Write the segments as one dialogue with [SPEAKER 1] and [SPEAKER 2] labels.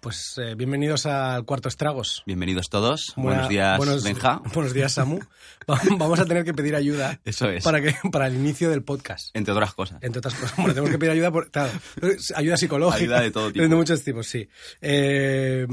[SPEAKER 1] Pues eh, bienvenidos al Cuarto Estragos.
[SPEAKER 2] Bienvenidos todos.
[SPEAKER 1] Buena-
[SPEAKER 2] buenos días,
[SPEAKER 1] buenos,
[SPEAKER 2] Benja.
[SPEAKER 1] Buenos días, Samu. Va- Vamos a tener que pedir ayuda
[SPEAKER 2] Eso es.
[SPEAKER 1] para, que, para el inicio del podcast.
[SPEAKER 2] Entre otras cosas.
[SPEAKER 1] Entre otras cosas, bueno, tenemos que pedir ayuda, por, claro, ayuda psicológica.
[SPEAKER 2] Ayuda de todo tipo.
[SPEAKER 1] De muchos tipos, sí. Eh,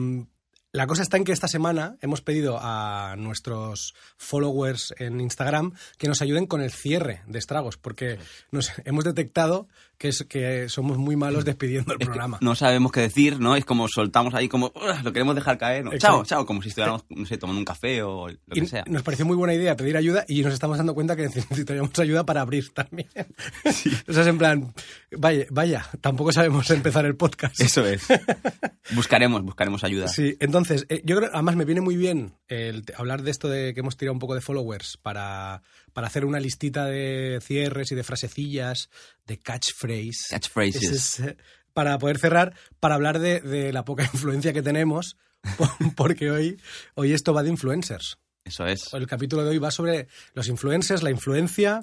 [SPEAKER 1] la cosa está en que esta semana hemos pedido a nuestros followers en Instagram que nos ayuden con el cierre de estragos, porque nos, hemos detectado que, es, que somos muy malos despidiendo el
[SPEAKER 2] Es que
[SPEAKER 1] programa.
[SPEAKER 2] no sabemos qué decir, ¿no? Es como soltamos ahí, como "Uah", lo queremos dejar caer. ¿no?
[SPEAKER 1] Exacto.
[SPEAKER 2] Chao, chao, como si estuviéramos, no sé, tomando un café o lo
[SPEAKER 1] Y
[SPEAKER 2] que sea.
[SPEAKER 1] nos pareció muy buena idea pedir ayuda y nos estamos dando cuenta que necesitaríamos ayuda para abrir también. o sea, es en plan, vaya, vaya, tampoco sabemos empezar el podcast.
[SPEAKER 2] Eso es. buscaremos, buscaremos ayuda.
[SPEAKER 1] Sí, entonces, eh, yo creo, además me viene muy bien el te- hablar de esto de que hemos tirado un poco de followers para, para hacer una listita de cierres y de frasecillas, de catchphrase.
[SPEAKER 2] Catchphrases.
[SPEAKER 1] Ese es, eh, para poder cerrar, para hablar de, de la poca influencia que tenemos, po- porque hoy, hoy esto va de influencers.
[SPEAKER 2] Eso es.
[SPEAKER 1] El capítulo de hoy va sobre los influencers, la influencia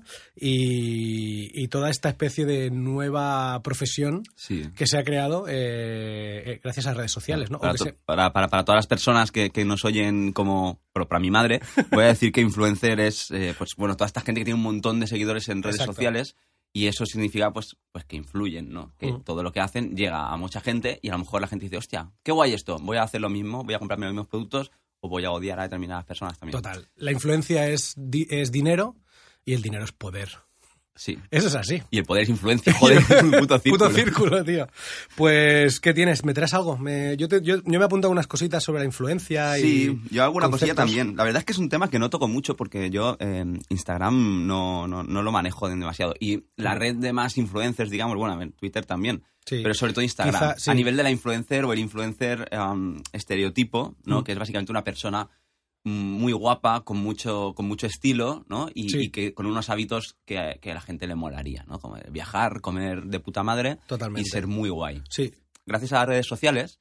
[SPEAKER 1] y, y toda esta especie de nueva profesión
[SPEAKER 2] Sí.
[SPEAKER 1] que se ha creado eh, eh, gracias a redes sociales, ¿no? O
[SPEAKER 2] Para,
[SPEAKER 1] que
[SPEAKER 2] to-
[SPEAKER 1] se-
[SPEAKER 2] para, para- para todas las personas que, que nos oyen como bueno, para mi madre, voy a decir que influencer es eh, pues bueno, toda esta gente que tiene un montón de seguidores en redes
[SPEAKER 1] Exacto.
[SPEAKER 2] sociales y eso significa pues, pues que influyen, ¿no? Que
[SPEAKER 1] Mm.
[SPEAKER 2] todo lo que hacen llega a mucha gente y a lo mejor la gente dice, hostia, qué guay esto, voy a hacer lo mismo, voy a comprarme los mismos productos o voy a odiar a determinadas personas también.
[SPEAKER 1] Total. La influencia es, di- es dinero y el dinero es poder.
[SPEAKER 2] Sí.
[SPEAKER 1] Eso es así.
[SPEAKER 2] Y el poder es influencia, joder, es un puto círculo.
[SPEAKER 1] Puto círculo, tío. Pues, ¿qué tienes? ¿Me traes algo? Me- yo, te- yo, yo me he apuntado unas cositas sobre la influencia y...
[SPEAKER 2] Sí, yo hago una cosilla
[SPEAKER 1] conceptos.
[SPEAKER 2] también. La verdad es que es un tema que no toco mucho porque yo eh, Instagram no, no, no lo manejo demasiado. Y la red de más influencers, digamos, bueno, a ver, Twitter también,
[SPEAKER 1] Sí.
[SPEAKER 2] pero sobre todo Instagram.
[SPEAKER 1] Quizá, sí.
[SPEAKER 2] A nivel de la influencer o el influencer um, estereotipo,
[SPEAKER 1] Mm.
[SPEAKER 2] ¿no? Que es básicamente una persona mm, muy guapa, con mucho, con mucho estilo, ¿no? Y,
[SPEAKER 1] Sí.
[SPEAKER 2] y que con unos hábitos que, que a la gente le molaría, ¿no? Como viajar, comer de puta madre
[SPEAKER 1] Totalmente.
[SPEAKER 2] y ser muy guay
[SPEAKER 1] Sí,
[SPEAKER 2] gracias a las redes sociales,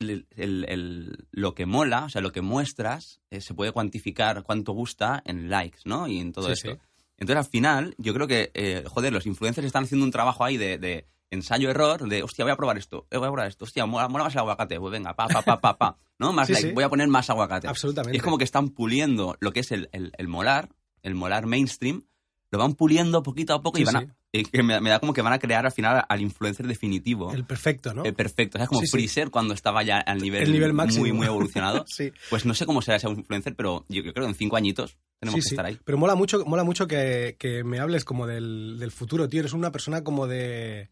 [SPEAKER 2] el- el- el- lo que mola, o sea, lo que muestras, eh, se puede cuantificar cuánto gusta en likes, ¿no? Y en todo
[SPEAKER 1] Sí,
[SPEAKER 2] esto.
[SPEAKER 1] sí.
[SPEAKER 2] Entonces, al final, yo creo que, eh, joder, los influencers están haciendo un trabajo ahí de, de ensayo-error, de, hostia, voy a probar esto, eh, voy a probar esto, hostia, mola, mola más el aguacate, pues venga, pa, pa, pa, pa, pa, ¿no? Más
[SPEAKER 1] Sí,
[SPEAKER 2] like,
[SPEAKER 1] sí.
[SPEAKER 2] voy a poner más aguacate.
[SPEAKER 1] absolutamente.
[SPEAKER 2] Y es como que están puliendo lo que es el, el- el molar, el molar mainstream, lo van puliendo poquito a poco
[SPEAKER 1] Sí,
[SPEAKER 2] y van a-
[SPEAKER 1] sí.
[SPEAKER 2] eh, que me, me da como que van a crear al final al influencer definitivo.
[SPEAKER 1] El perfecto, ¿no?
[SPEAKER 2] Eh, perfecto. O sea, es como
[SPEAKER 1] Sí, sí.
[SPEAKER 2] Freezer cuando estaba ya al nivel,
[SPEAKER 1] El nivel máximo.
[SPEAKER 2] muy, muy evolucionado.
[SPEAKER 1] sí.
[SPEAKER 2] Pues no sé cómo será ese influencer, pero yo, yo creo que en cinco añitos tenemos
[SPEAKER 1] Sí,
[SPEAKER 2] que
[SPEAKER 1] sí.
[SPEAKER 2] estar ahí.
[SPEAKER 1] Pero mola mucho, mola mucho que, que me hables como del, del futuro, tío. Eres una persona como de,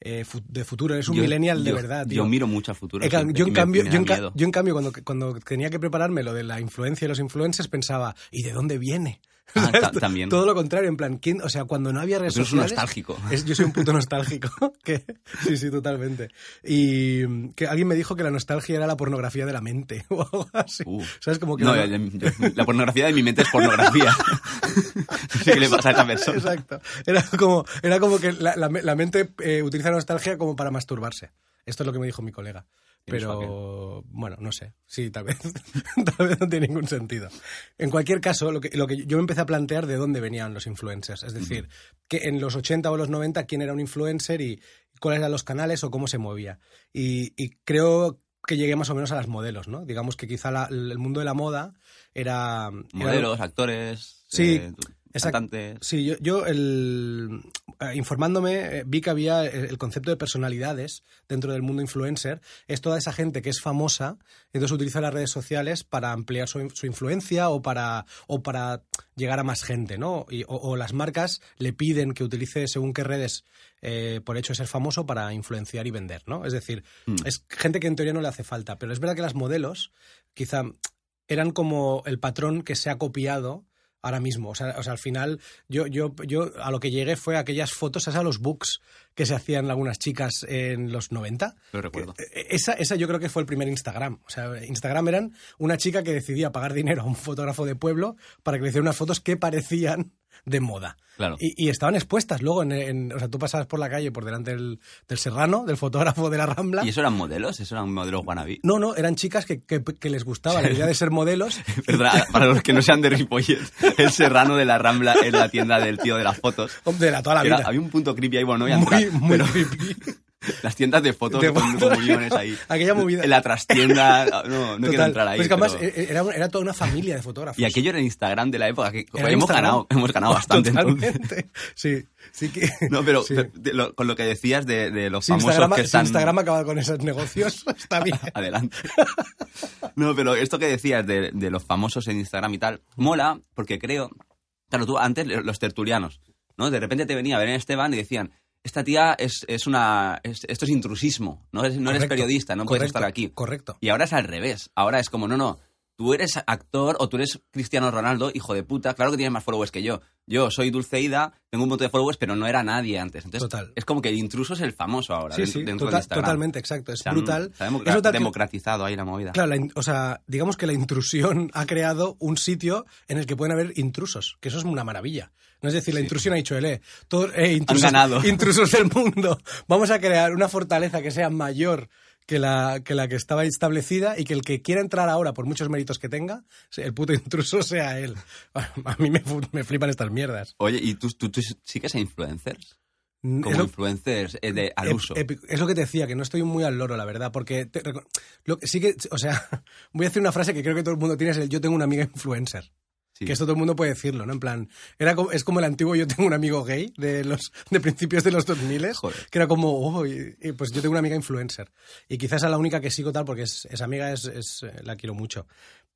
[SPEAKER 1] eh, fu- de futuro, eres un
[SPEAKER 2] Yo-
[SPEAKER 1] millennial de
[SPEAKER 2] yo-
[SPEAKER 1] verdad, tío.
[SPEAKER 2] Yo miro mucho al futuro.
[SPEAKER 1] Eh, claro,
[SPEAKER 2] siempre,
[SPEAKER 1] yo,
[SPEAKER 2] y
[SPEAKER 1] en
[SPEAKER 2] me-
[SPEAKER 1] cambio,
[SPEAKER 2] me da
[SPEAKER 1] yo, en ca-
[SPEAKER 2] miedo.
[SPEAKER 1] yo en cambio, cuando, cuando tenía que prepararme lo de la influencia y los influencers, pensaba, ¿y de dónde viene?
[SPEAKER 2] Ah, ta-
[SPEAKER 1] Esto-
[SPEAKER 2] también.
[SPEAKER 1] Todo lo contrario, en plan, ¿quién? o sea, cuando no había redes
[SPEAKER 2] Pues eres un
[SPEAKER 1] sociales...
[SPEAKER 2] nostálgico.
[SPEAKER 1] es- yo soy un puto nostálgico. que- sí, sí, totalmente. Y mm, que alguien me dijo que la nostalgia era la pornografía de la mente o algo así.
[SPEAKER 2] Uh.
[SPEAKER 1] ¿Sabes? Como que
[SPEAKER 2] No,
[SPEAKER 1] la-
[SPEAKER 2] yo- yo- la pornografía de mi mente es pornografía. no sé qué le pasa a esa persona.
[SPEAKER 1] Exacto. Era como, era como que la, la me- la mente eh, utiliza la nostalgia como para masturbarse. Esto es lo que me dijo mi colega.
[SPEAKER 2] Tienes
[SPEAKER 1] Pero bueno, no sé. Sí, tal vez, tal vez no tiene ningún sentido. En cualquier caso, lo que, lo que yo me empecé a plantear de dónde venían los influencers. Es decir, que en los 80 o los 90 quién era un influencer y cuáles eran los canales o cómo se movía. Y, y creo que llegué más o menos a las modelos, ¿no? Digamos que quizá la- el mundo de la moda era... era lo-
[SPEAKER 2] Modelos, actores,
[SPEAKER 1] Sí,
[SPEAKER 2] eh,
[SPEAKER 1] exacto.
[SPEAKER 2] cantantes.
[SPEAKER 1] Sí, yo, yo el, eh, informándome eh, vi que había el, el concepto de personalidades dentro del mundo influencer. Es toda esa gente que es famosa, entonces utiliza las redes sociales para ampliar su, in- su influencia o para, o para llegar a más gente, ¿no? Y- o, o las marcas le piden que utilice según qué redes eh, por hecho de ser famoso para influenciar y vender, ¿no? Es decir, es gente que en teoría no le hace falta, pero es verdad que las modelos quizá eran como el patrón que se ha copiado ahora mismo. O sea, o sea, al final, yo, yo, yo a lo que llegué fue a aquellas fotos, esas a los books que se hacían algunas chicas en los 90.
[SPEAKER 2] Lo recuerdo.
[SPEAKER 1] Eh, Esa, esa yo creo que fue el primer Instagram. O sea, Instagram eran una chica que decidía pagar dinero a un fotógrafo de pueblo para que le hiciera unas fotos que parecían de moda.
[SPEAKER 2] Claro.
[SPEAKER 1] Y, y estaban expuestas luego. En, en- o sea, tú pasabas por la calle por delante del, del serrano, del fotógrafo de la Rambla.
[SPEAKER 2] ¿Y eso eran modelos? ¿Eso eran modelos wannabe?
[SPEAKER 1] No, no, eran chicas que, que- que les gustaba la idea de ser modelos.
[SPEAKER 2] Perdona, para los que no sean de Ripollet, el serrano de la Rambla es la tienda del tío de las fotos.
[SPEAKER 1] Hombre, De la toda la
[SPEAKER 2] Era-
[SPEAKER 1] vida.
[SPEAKER 2] había un punto creepy ahí, bueno, no voy a
[SPEAKER 1] muy,
[SPEAKER 2] entrar.
[SPEAKER 1] muy
[SPEAKER 2] pero,
[SPEAKER 1] creepy.
[SPEAKER 2] Las tiendas de fotos
[SPEAKER 1] De
[SPEAKER 2] con
[SPEAKER 1] fotos.
[SPEAKER 2] comuniones ahí.
[SPEAKER 1] Aquella movida.
[SPEAKER 2] En la trastienda. No, no quiero
[SPEAKER 1] Total.
[SPEAKER 2] entrar ahí.
[SPEAKER 1] Pero es que además
[SPEAKER 2] pero-
[SPEAKER 1] eh, era, un- era toda una familia de fotógrafos.
[SPEAKER 2] Y aquello era en Instagram de la época. que-
[SPEAKER 1] Era
[SPEAKER 2] hemos
[SPEAKER 1] Instagram.
[SPEAKER 2] ganado, hemos ganado bastante. entonces.
[SPEAKER 1] Totalmente. Sí, sí que.
[SPEAKER 2] No, pero
[SPEAKER 1] sí.
[SPEAKER 2] pero de lo- con lo que decías de, de los
[SPEAKER 1] Si
[SPEAKER 2] famosos
[SPEAKER 1] Instagram,
[SPEAKER 2] que
[SPEAKER 1] si
[SPEAKER 2] están...
[SPEAKER 1] Instagram acaba con esos negocios, está bien.
[SPEAKER 2] Adelante. No, pero esto que decías de, de los famosos en Instagram y tal, mola porque creo... Claro, tú antes los tertulianos, ¿no? De repente te venía Belén Esteban y decían, esta tía es, es una... es- esto es intrusismo, no eres, no eres
[SPEAKER 1] Correcto,
[SPEAKER 2] periodista, no puedes
[SPEAKER 1] correcto,
[SPEAKER 2] estar aquí.
[SPEAKER 1] Correcto.
[SPEAKER 2] Y ahora es al revés. Ahora es como, no, no, tú eres actor o tú eres Cristiano Ronaldo, hijo de puta. Claro que tienes más followers que yo. Yo soy Dulceida, tengo un montón de followers, pero no era nadie antes. Entonces,
[SPEAKER 1] Total.
[SPEAKER 2] es como que el intruso es el famoso ahora
[SPEAKER 1] Sí,
[SPEAKER 2] dentro,
[SPEAKER 1] sí,
[SPEAKER 2] dentro de
[SPEAKER 1] total-
[SPEAKER 2] Instagram.
[SPEAKER 1] totalmente, exacto. Es
[SPEAKER 2] Se han-
[SPEAKER 1] brutal.
[SPEAKER 2] se ha democra-
[SPEAKER 1] Es brutal que-
[SPEAKER 2] democratizado ahí la movida.
[SPEAKER 1] Claro, la in- o sea, digamos que la intrusión ha creado un sitio en el que pueden haber intrusos, que eso es una maravilla. No es decir, la
[SPEAKER 2] Sí.
[SPEAKER 1] intrusión ha dicho, "Ele, todos, eh, intrusos,
[SPEAKER 2] ganado".
[SPEAKER 1] intrusos del mundo, vamos a crear una fortaleza que sea mayor que la, que la que estaba establecida y que el que quiera entrar ahora, por muchos méritos que tenga, se- el puto intruso sea él. A mí me, fu- me flipan estas mierdas.
[SPEAKER 2] Oye, ¿y tú, tú, tú sigues a influencers? Como
[SPEAKER 1] Es lo-
[SPEAKER 2] influencers eh, de, al
[SPEAKER 1] Ep-
[SPEAKER 2] uso.
[SPEAKER 1] epi- Es lo que te decía, que no estoy muy al loro, la verdad, porque te- reco- lo que sí que, o sea, voy a decir una frase que creo que todo el mundo tiene, es el yo tengo una amiga influencer.
[SPEAKER 2] Sí.
[SPEAKER 1] Que esto todo el mundo puede decirlo, ¿no? En plan, era como- es como el antiguo yo tengo un amigo gay de los de principios de los 2000,
[SPEAKER 2] Joder.
[SPEAKER 1] que era como, oh, y- y pues yo tengo una amiga influencer. Y quizás a la única que sigo tal, porque es, esa amiga es, es, eh, la quiero mucho.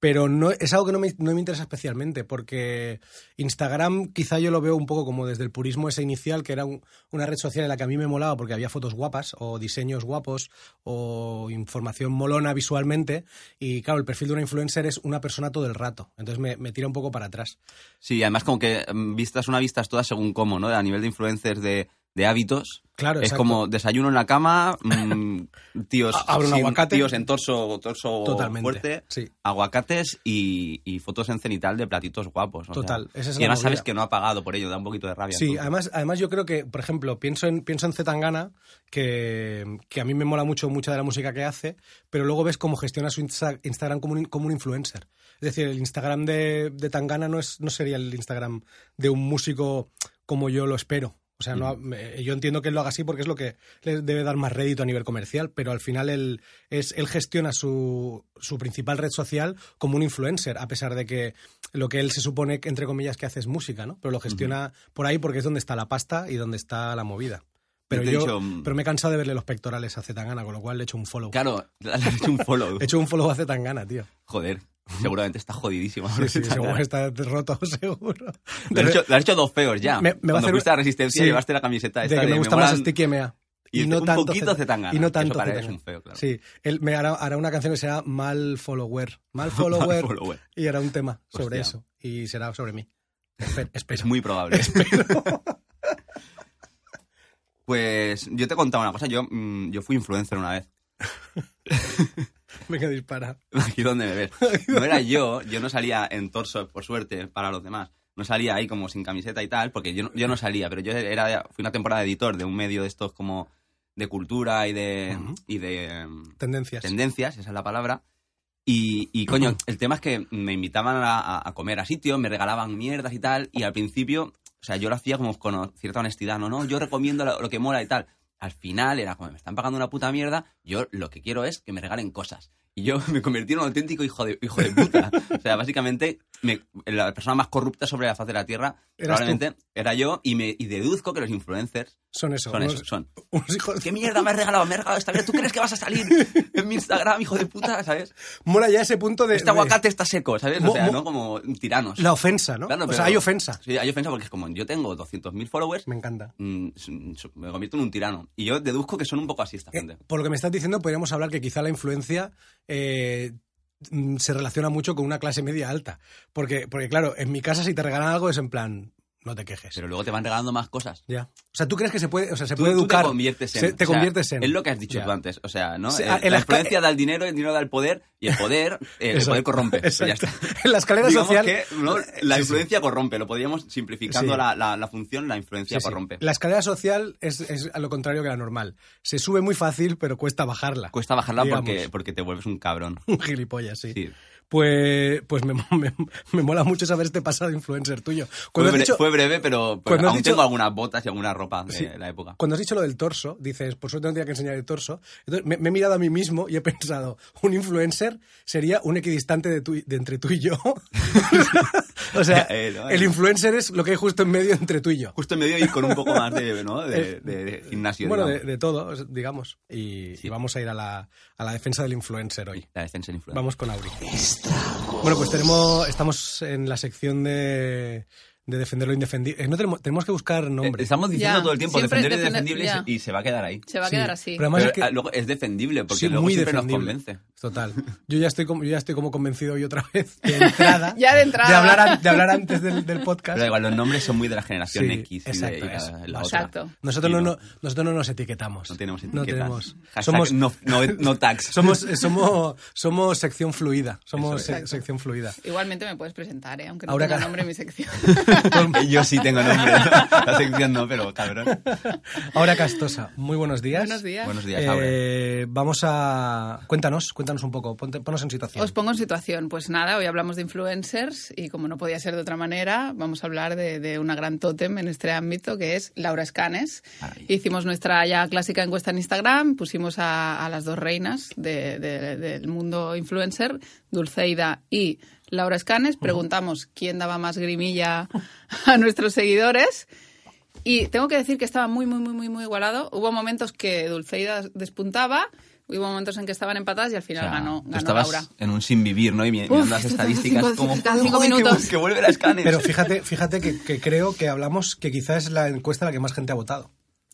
[SPEAKER 1] Pero no, es algo que no me, no me interesa especialmente, porque Instagram quizá yo lo veo un poco como desde el purismo ese inicial, que era un- una red social en la que a mí me molaba porque había fotos guapas o diseños guapos o información molona visualmente. Y claro, el perfil de una influencer es una persona todo el rato. Entonces me, me tira un poco para atrás.
[SPEAKER 2] Sí, además como que mm, vistas una vistas todas según cómo, ¿no? A nivel de influencers de, de hábitos.
[SPEAKER 1] Claro,
[SPEAKER 2] es
[SPEAKER 1] exacto.
[SPEAKER 2] como desayuno en la cama, mm, tíos,
[SPEAKER 1] A- abre un aguacate.
[SPEAKER 2] tíos en torso, torso
[SPEAKER 1] Totalmente.
[SPEAKER 2] fuerte,
[SPEAKER 1] Sí.
[SPEAKER 2] aguacates y, y fotos en cenital de platitos guapos. o sea.
[SPEAKER 1] Total, esa es
[SPEAKER 2] y
[SPEAKER 1] la
[SPEAKER 2] además
[SPEAKER 1] movida.
[SPEAKER 2] sabes que no ha pagado por ello, da un poquito de rabia.
[SPEAKER 1] Sí,
[SPEAKER 2] entonces.
[SPEAKER 1] además, además yo creo que, por ejemplo, pienso en, pienso en Zetangana, que, que a mí me mola mucho mucha de la música que hace, pero luego ves cómo gestiona su Insta- Instagram como un, como un influencer. Es decir, el Instagram de, de Tangana no, es, no sería el Instagram de un músico como yo lo espero. O sea, no, ha- me- yo entiendo que él lo haga así porque es lo que le debe dar más rédito a nivel comercial, pero al final él, es, él gestiona su, su principal red social como un influencer, a pesar de que lo que él se supone, entre comillas, que hace es música, ¿no? Pero lo gestiona por ahí porque es donde está la pasta y donde está la movida. Pero,
[SPEAKER 2] Yo te he
[SPEAKER 1] yo,
[SPEAKER 2] dicho, mm.
[SPEAKER 1] pero me he cansado de verle los pectorales a Zetangana, con lo cual le he hecho un follow.
[SPEAKER 2] Claro, le has hecho un follow.
[SPEAKER 1] He hecho un follow a Zetangana, tío.
[SPEAKER 2] Joder, seguramente está jodidísimo.
[SPEAKER 1] Sí, sí, seguro está roto, seguro.
[SPEAKER 2] Lo has, hecho, lo has hecho dos feos ya.
[SPEAKER 1] Me- me va a
[SPEAKER 2] Cuando
[SPEAKER 1] hacer-
[SPEAKER 2] fuiste a la resistencia
[SPEAKER 1] sí.
[SPEAKER 2] llevaste la camiseta
[SPEAKER 1] de
[SPEAKER 2] esta
[SPEAKER 1] que me gusta más
[SPEAKER 2] molan-
[SPEAKER 1] Sticky MA.
[SPEAKER 2] y un poquito
[SPEAKER 1] Zeta-
[SPEAKER 2] Zetangana,
[SPEAKER 1] Y no
[SPEAKER 2] que
[SPEAKER 1] tanto
[SPEAKER 2] eso para él es
[SPEAKER 1] Zetangana.
[SPEAKER 2] un feo, claro.
[SPEAKER 1] Sí, él me hará, hará una canción que será Mal Follower. Mal Follower.
[SPEAKER 2] follower.
[SPEAKER 1] Y hará un tema sobre
[SPEAKER 2] Hostia.
[SPEAKER 1] eso. Y será sobre mí. Espe-
[SPEAKER 2] Es
[SPEAKER 1] espero.
[SPEAKER 2] muy probable. pues yo te he contado una cosa. Yo, mm, yo fui influencer una vez.
[SPEAKER 1] Venga, dispara.
[SPEAKER 2] Aquí donde me ves. No era yo, yo no salía en torso, por suerte, para los demás. No salía ahí como sin camiseta y tal, porque yo no, yo no salía, pero yo era, fui una temporada de editor de un medio de estos como de cultura y de,
[SPEAKER 1] Ujú.
[SPEAKER 2] y de mm,
[SPEAKER 1] Tendencias.
[SPEAKER 2] tendencias, esa es la palabra. Y, y, coño, el tema es que me invitaban a- a, a comer a sitios, me regalaban mierdas y tal, y al principio, o sea, yo lo hacía como con cierta honestidad, no, no, yo recomiendo lo, lo que mola y tal. Al final era como, me están pagando una puta mierda, yo lo que quiero es que me regalen cosas. Y yo me convertí en un auténtico hijo de, hijo de puta. O sea, básicamente, me- la persona más corrupta sobre la faz de la Tierra
[SPEAKER 1] Eras tú.
[SPEAKER 2] probablemente era yo, y, me, y deduzco que los influencers
[SPEAKER 1] son eso.
[SPEAKER 2] son
[SPEAKER 1] unos,
[SPEAKER 2] esos, son
[SPEAKER 1] unos hijos
[SPEAKER 2] ¿Qué mierda me has regalado? Me has regalado esta mierda. ¿Tú crees que vas a salir en mi Instagram, hijo de puta? ¿Sabes?
[SPEAKER 1] Mola ya ese punto de.
[SPEAKER 2] Este
[SPEAKER 1] de-
[SPEAKER 2] aguacate está seco, ¿sabes? O
[SPEAKER 1] Mo-
[SPEAKER 2] sea,
[SPEAKER 1] mo-
[SPEAKER 2] ¿no? Como tiranos.
[SPEAKER 1] La ofensa, ¿no?
[SPEAKER 2] Claro,
[SPEAKER 1] o
[SPEAKER 2] pero-
[SPEAKER 1] sea, hay ofensa.
[SPEAKER 2] Sí, hay ofensa porque es como, yo tengo 200.000 followers,
[SPEAKER 1] Me encanta.
[SPEAKER 2] mm, su- su- me convierto en un tirano. Y yo deduzco que son un poco así esta
[SPEAKER 1] Eh,
[SPEAKER 2] gente.
[SPEAKER 1] por lo que me estás diciendo, podríamos hablar que quizá la influencia eh, mm, se relaciona mucho con una clase media alta. Porque, porque, claro, en mi casa si te regalan algo es en plan, no te quejes.
[SPEAKER 2] Pero luego te van regalando más cosas.
[SPEAKER 1] ya. O sea, ¿tú crees que se puede, o sea, se
[SPEAKER 2] Tú,
[SPEAKER 1] puede
[SPEAKER 2] tú
[SPEAKER 1] educar?
[SPEAKER 2] te conviertes en.
[SPEAKER 1] Se- te
[SPEAKER 2] o sea,
[SPEAKER 1] conviertes en.
[SPEAKER 2] Es lo que has dicho
[SPEAKER 1] Ya.
[SPEAKER 2] tú antes. O sea, ¿no?
[SPEAKER 1] Sí,
[SPEAKER 2] Eh,
[SPEAKER 1] ah, en
[SPEAKER 2] la
[SPEAKER 1] las ca-
[SPEAKER 2] influencia da el dinero, el dinero da el poder, y el poder, eh, el
[SPEAKER 1] Eso.
[SPEAKER 2] poder corrompe. Pues ya
[SPEAKER 1] Exacto.
[SPEAKER 2] está.
[SPEAKER 1] En la escalera
[SPEAKER 2] Digamos
[SPEAKER 1] social. Eh,
[SPEAKER 2] que ¿no? la
[SPEAKER 1] Sí, sí.
[SPEAKER 2] influencia corrompe. Lo podríamos, simplificando
[SPEAKER 1] Sí.
[SPEAKER 2] la, la- la función, la influencia
[SPEAKER 1] Sí, sí.
[SPEAKER 2] corrompe.
[SPEAKER 1] La escalera social es, es a lo contrario que la normal. Se sube muy fácil, pero cuesta bajarla.
[SPEAKER 2] Cuesta bajarla
[SPEAKER 1] Digamos.
[SPEAKER 2] porque, porque te vuelves un cabrón.
[SPEAKER 1] Un gilipollas, sí.
[SPEAKER 2] Sí.
[SPEAKER 1] Pues, pues me, me- me mola mucho saber este pasado influencer tuyo.
[SPEAKER 2] Fue,
[SPEAKER 1] Cuando has
[SPEAKER 2] Bre-
[SPEAKER 1] dicho-
[SPEAKER 2] fue fue breve, pero, pero
[SPEAKER 1] Cuando has
[SPEAKER 2] aún
[SPEAKER 1] dicho-
[SPEAKER 2] tengo algunas botas y alguna ropa de
[SPEAKER 1] Sí.
[SPEAKER 2] la época.
[SPEAKER 1] Cuando has dicho lo del torso, dices, por suerte no tenía que enseñar el torso. Entonces me, me he mirado a mí mismo y he pensado, un influencer sería un equidistante de, tú- de entre tú y yo. o sea,
[SPEAKER 2] Eh, no, eh.
[SPEAKER 1] el influencer es lo que hay justo en medio entre tú y yo.
[SPEAKER 2] Justo en medio y con un poco más de, ¿no? de, de- de gimnasio.
[SPEAKER 1] Bueno, de,
[SPEAKER 2] digamos.
[SPEAKER 1] de todo, es- digamos. Y,
[SPEAKER 2] Sí.
[SPEAKER 1] y vamos a ir a la, a la defensa del influencer hoy.
[SPEAKER 2] Sí, La defensa del influencer.
[SPEAKER 1] Vamos con Auri. Bueno, pues tenemos, estamos en la sección de, de defender lo indefendible. Eh, no tenemos, tenemos que buscar
[SPEAKER 2] Eh,
[SPEAKER 1] nombre.
[SPEAKER 2] estamos diciendo
[SPEAKER 3] Ya,
[SPEAKER 2] todo el tiempo
[SPEAKER 3] siempre
[SPEAKER 2] defender
[SPEAKER 3] defender-
[SPEAKER 2] defendible
[SPEAKER 3] ya.
[SPEAKER 2] y se va a quedar ahí.
[SPEAKER 3] Se va a
[SPEAKER 1] Sí,
[SPEAKER 3] quedar así.
[SPEAKER 1] pero además
[SPEAKER 2] Pero,
[SPEAKER 1] es que-
[SPEAKER 2] ah, luego es defendible porque
[SPEAKER 1] Sí,
[SPEAKER 2] luego
[SPEAKER 1] muy
[SPEAKER 2] siempre
[SPEAKER 1] defendible.
[SPEAKER 2] nos convence.
[SPEAKER 1] Total. Yo ya estoy, como- yo ya estoy como convencido hoy otra vez de entrada.
[SPEAKER 3] Ya de entrada.
[SPEAKER 1] De hablar, an- de hablar antes del, del
[SPEAKER 2] Pero da
[SPEAKER 1] podcast.
[SPEAKER 2] igual, los nombres son muy de la generación
[SPEAKER 1] Sí,
[SPEAKER 2] X y
[SPEAKER 1] exacto,
[SPEAKER 2] de y
[SPEAKER 1] eso.
[SPEAKER 2] la, la otra.
[SPEAKER 3] Exacto.
[SPEAKER 1] Nosotros
[SPEAKER 2] Sí,
[SPEAKER 1] no,
[SPEAKER 2] no.
[SPEAKER 1] no- nosotros no nos etiquetamos.
[SPEAKER 2] No tenemos
[SPEAKER 1] No
[SPEAKER 2] etiquetas.
[SPEAKER 1] tenemos.
[SPEAKER 2] Hashtag
[SPEAKER 1] Somos,
[SPEAKER 2] no, no, no tags.
[SPEAKER 1] somos, eh, somos, somos sección fluida. Somos
[SPEAKER 2] Eso es.
[SPEAKER 1] sec-
[SPEAKER 3] Exacto.
[SPEAKER 1] sección fluida.
[SPEAKER 3] Igualmente me puedes presentar, ¿eh? aunque no
[SPEAKER 1] Ahora
[SPEAKER 3] tenga
[SPEAKER 1] cada-
[SPEAKER 3] nombre en mi sección.
[SPEAKER 2] Yo sí tengo nombre. La sección no, pero cabrón.
[SPEAKER 1] Ahora Castosa, muy buenos días.
[SPEAKER 3] Buenos días.
[SPEAKER 2] Buenos días,
[SPEAKER 1] Eh,
[SPEAKER 2] Aura.
[SPEAKER 1] vamos a... Cuéntanos, cuéntanos un poco, ponte- ponos en situación.
[SPEAKER 3] Os pongo en situación. Pues nada, hoy hablamos de influencers y como no podía ser de otra manera, vamos a hablar de, de una gran tótem en este ámbito que es Laura Escanes.
[SPEAKER 2] Ay.
[SPEAKER 3] Hicimos nuestra ya clásica encuesta en Instagram, pusimos a, a las dos reinas de- de- del mundo influencer, Dulceida y Laura Escanes. Preguntamos quién daba más grimilla a nuestros seguidores. Y tengo que decir que estaba muy, muy, muy, muy, muy igualado. Hubo momentos que Dulceida despuntaba, hubo momentos en que estaban empatadas y al final
[SPEAKER 2] O sea,
[SPEAKER 3] ganó,
[SPEAKER 2] tú
[SPEAKER 3] ganó
[SPEAKER 2] estabas
[SPEAKER 3] Laura.
[SPEAKER 2] en un sin vivir, ¿no? Y mi- mirando las
[SPEAKER 3] esto está
[SPEAKER 2] estadísticas
[SPEAKER 3] cinco-
[SPEAKER 2] como...
[SPEAKER 3] cada cinco
[SPEAKER 2] "Uy, que vu-
[SPEAKER 3] minutos".
[SPEAKER 2] Que, vuelve la escáner.
[SPEAKER 1] Pero fíjate, fíjate que, que creo que hablamos que quizás es la encuesta en la que más gente ha votado.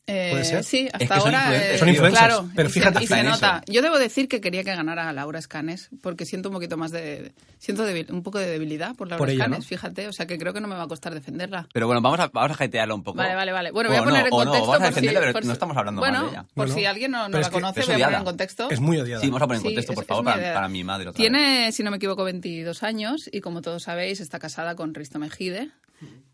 [SPEAKER 3] Eh,
[SPEAKER 1] ¿Puede ser?
[SPEAKER 3] Sí, hasta
[SPEAKER 2] que son
[SPEAKER 3] ahora.
[SPEAKER 2] influencers,
[SPEAKER 3] eh,
[SPEAKER 1] Son influencers,
[SPEAKER 3] Claro,
[SPEAKER 1] pero
[SPEAKER 3] y se-
[SPEAKER 1] fíjate
[SPEAKER 3] y se,
[SPEAKER 2] en eso.
[SPEAKER 3] nota. Yo debo decir que quería que ganara a Laura Escanes, porque siento un poquito más de. Siento debil- un poco de debilidad por Laura
[SPEAKER 1] Por ella,
[SPEAKER 3] Escanes,
[SPEAKER 1] ¿no?
[SPEAKER 3] fíjate. O sea que creo que no me va a costar defenderla.
[SPEAKER 2] Pero bueno, vamos a, vamos a jetearla un poco.
[SPEAKER 3] Vale, vale, vale. Bueno, voy a
[SPEAKER 2] O
[SPEAKER 3] poner
[SPEAKER 2] no,
[SPEAKER 3] en
[SPEAKER 2] o
[SPEAKER 3] contexto.
[SPEAKER 2] no, vamos a
[SPEAKER 3] por si-
[SPEAKER 2] defenderla, pero
[SPEAKER 3] por si-
[SPEAKER 2] no estamos hablando
[SPEAKER 3] bueno,
[SPEAKER 2] mal de ella.
[SPEAKER 3] Por
[SPEAKER 1] No,
[SPEAKER 3] si
[SPEAKER 1] no.
[SPEAKER 3] alguien no, no
[SPEAKER 1] Pero
[SPEAKER 3] la
[SPEAKER 1] es que
[SPEAKER 3] conoce,
[SPEAKER 2] es
[SPEAKER 3] voy a poner
[SPEAKER 2] odiada.
[SPEAKER 3] en contexto.
[SPEAKER 1] Es muy odiada.
[SPEAKER 2] Sí, vamos a poner en
[SPEAKER 3] Sí,
[SPEAKER 2] contexto,
[SPEAKER 3] es-
[SPEAKER 2] por
[SPEAKER 3] es
[SPEAKER 2] favor,
[SPEAKER 3] mi
[SPEAKER 2] para,
[SPEAKER 3] idea.
[SPEAKER 2] para mi madre. otra vez.
[SPEAKER 3] Tiene, si no me equivoco, 22 años y como todos sabéis, está casada con Risto Mejide,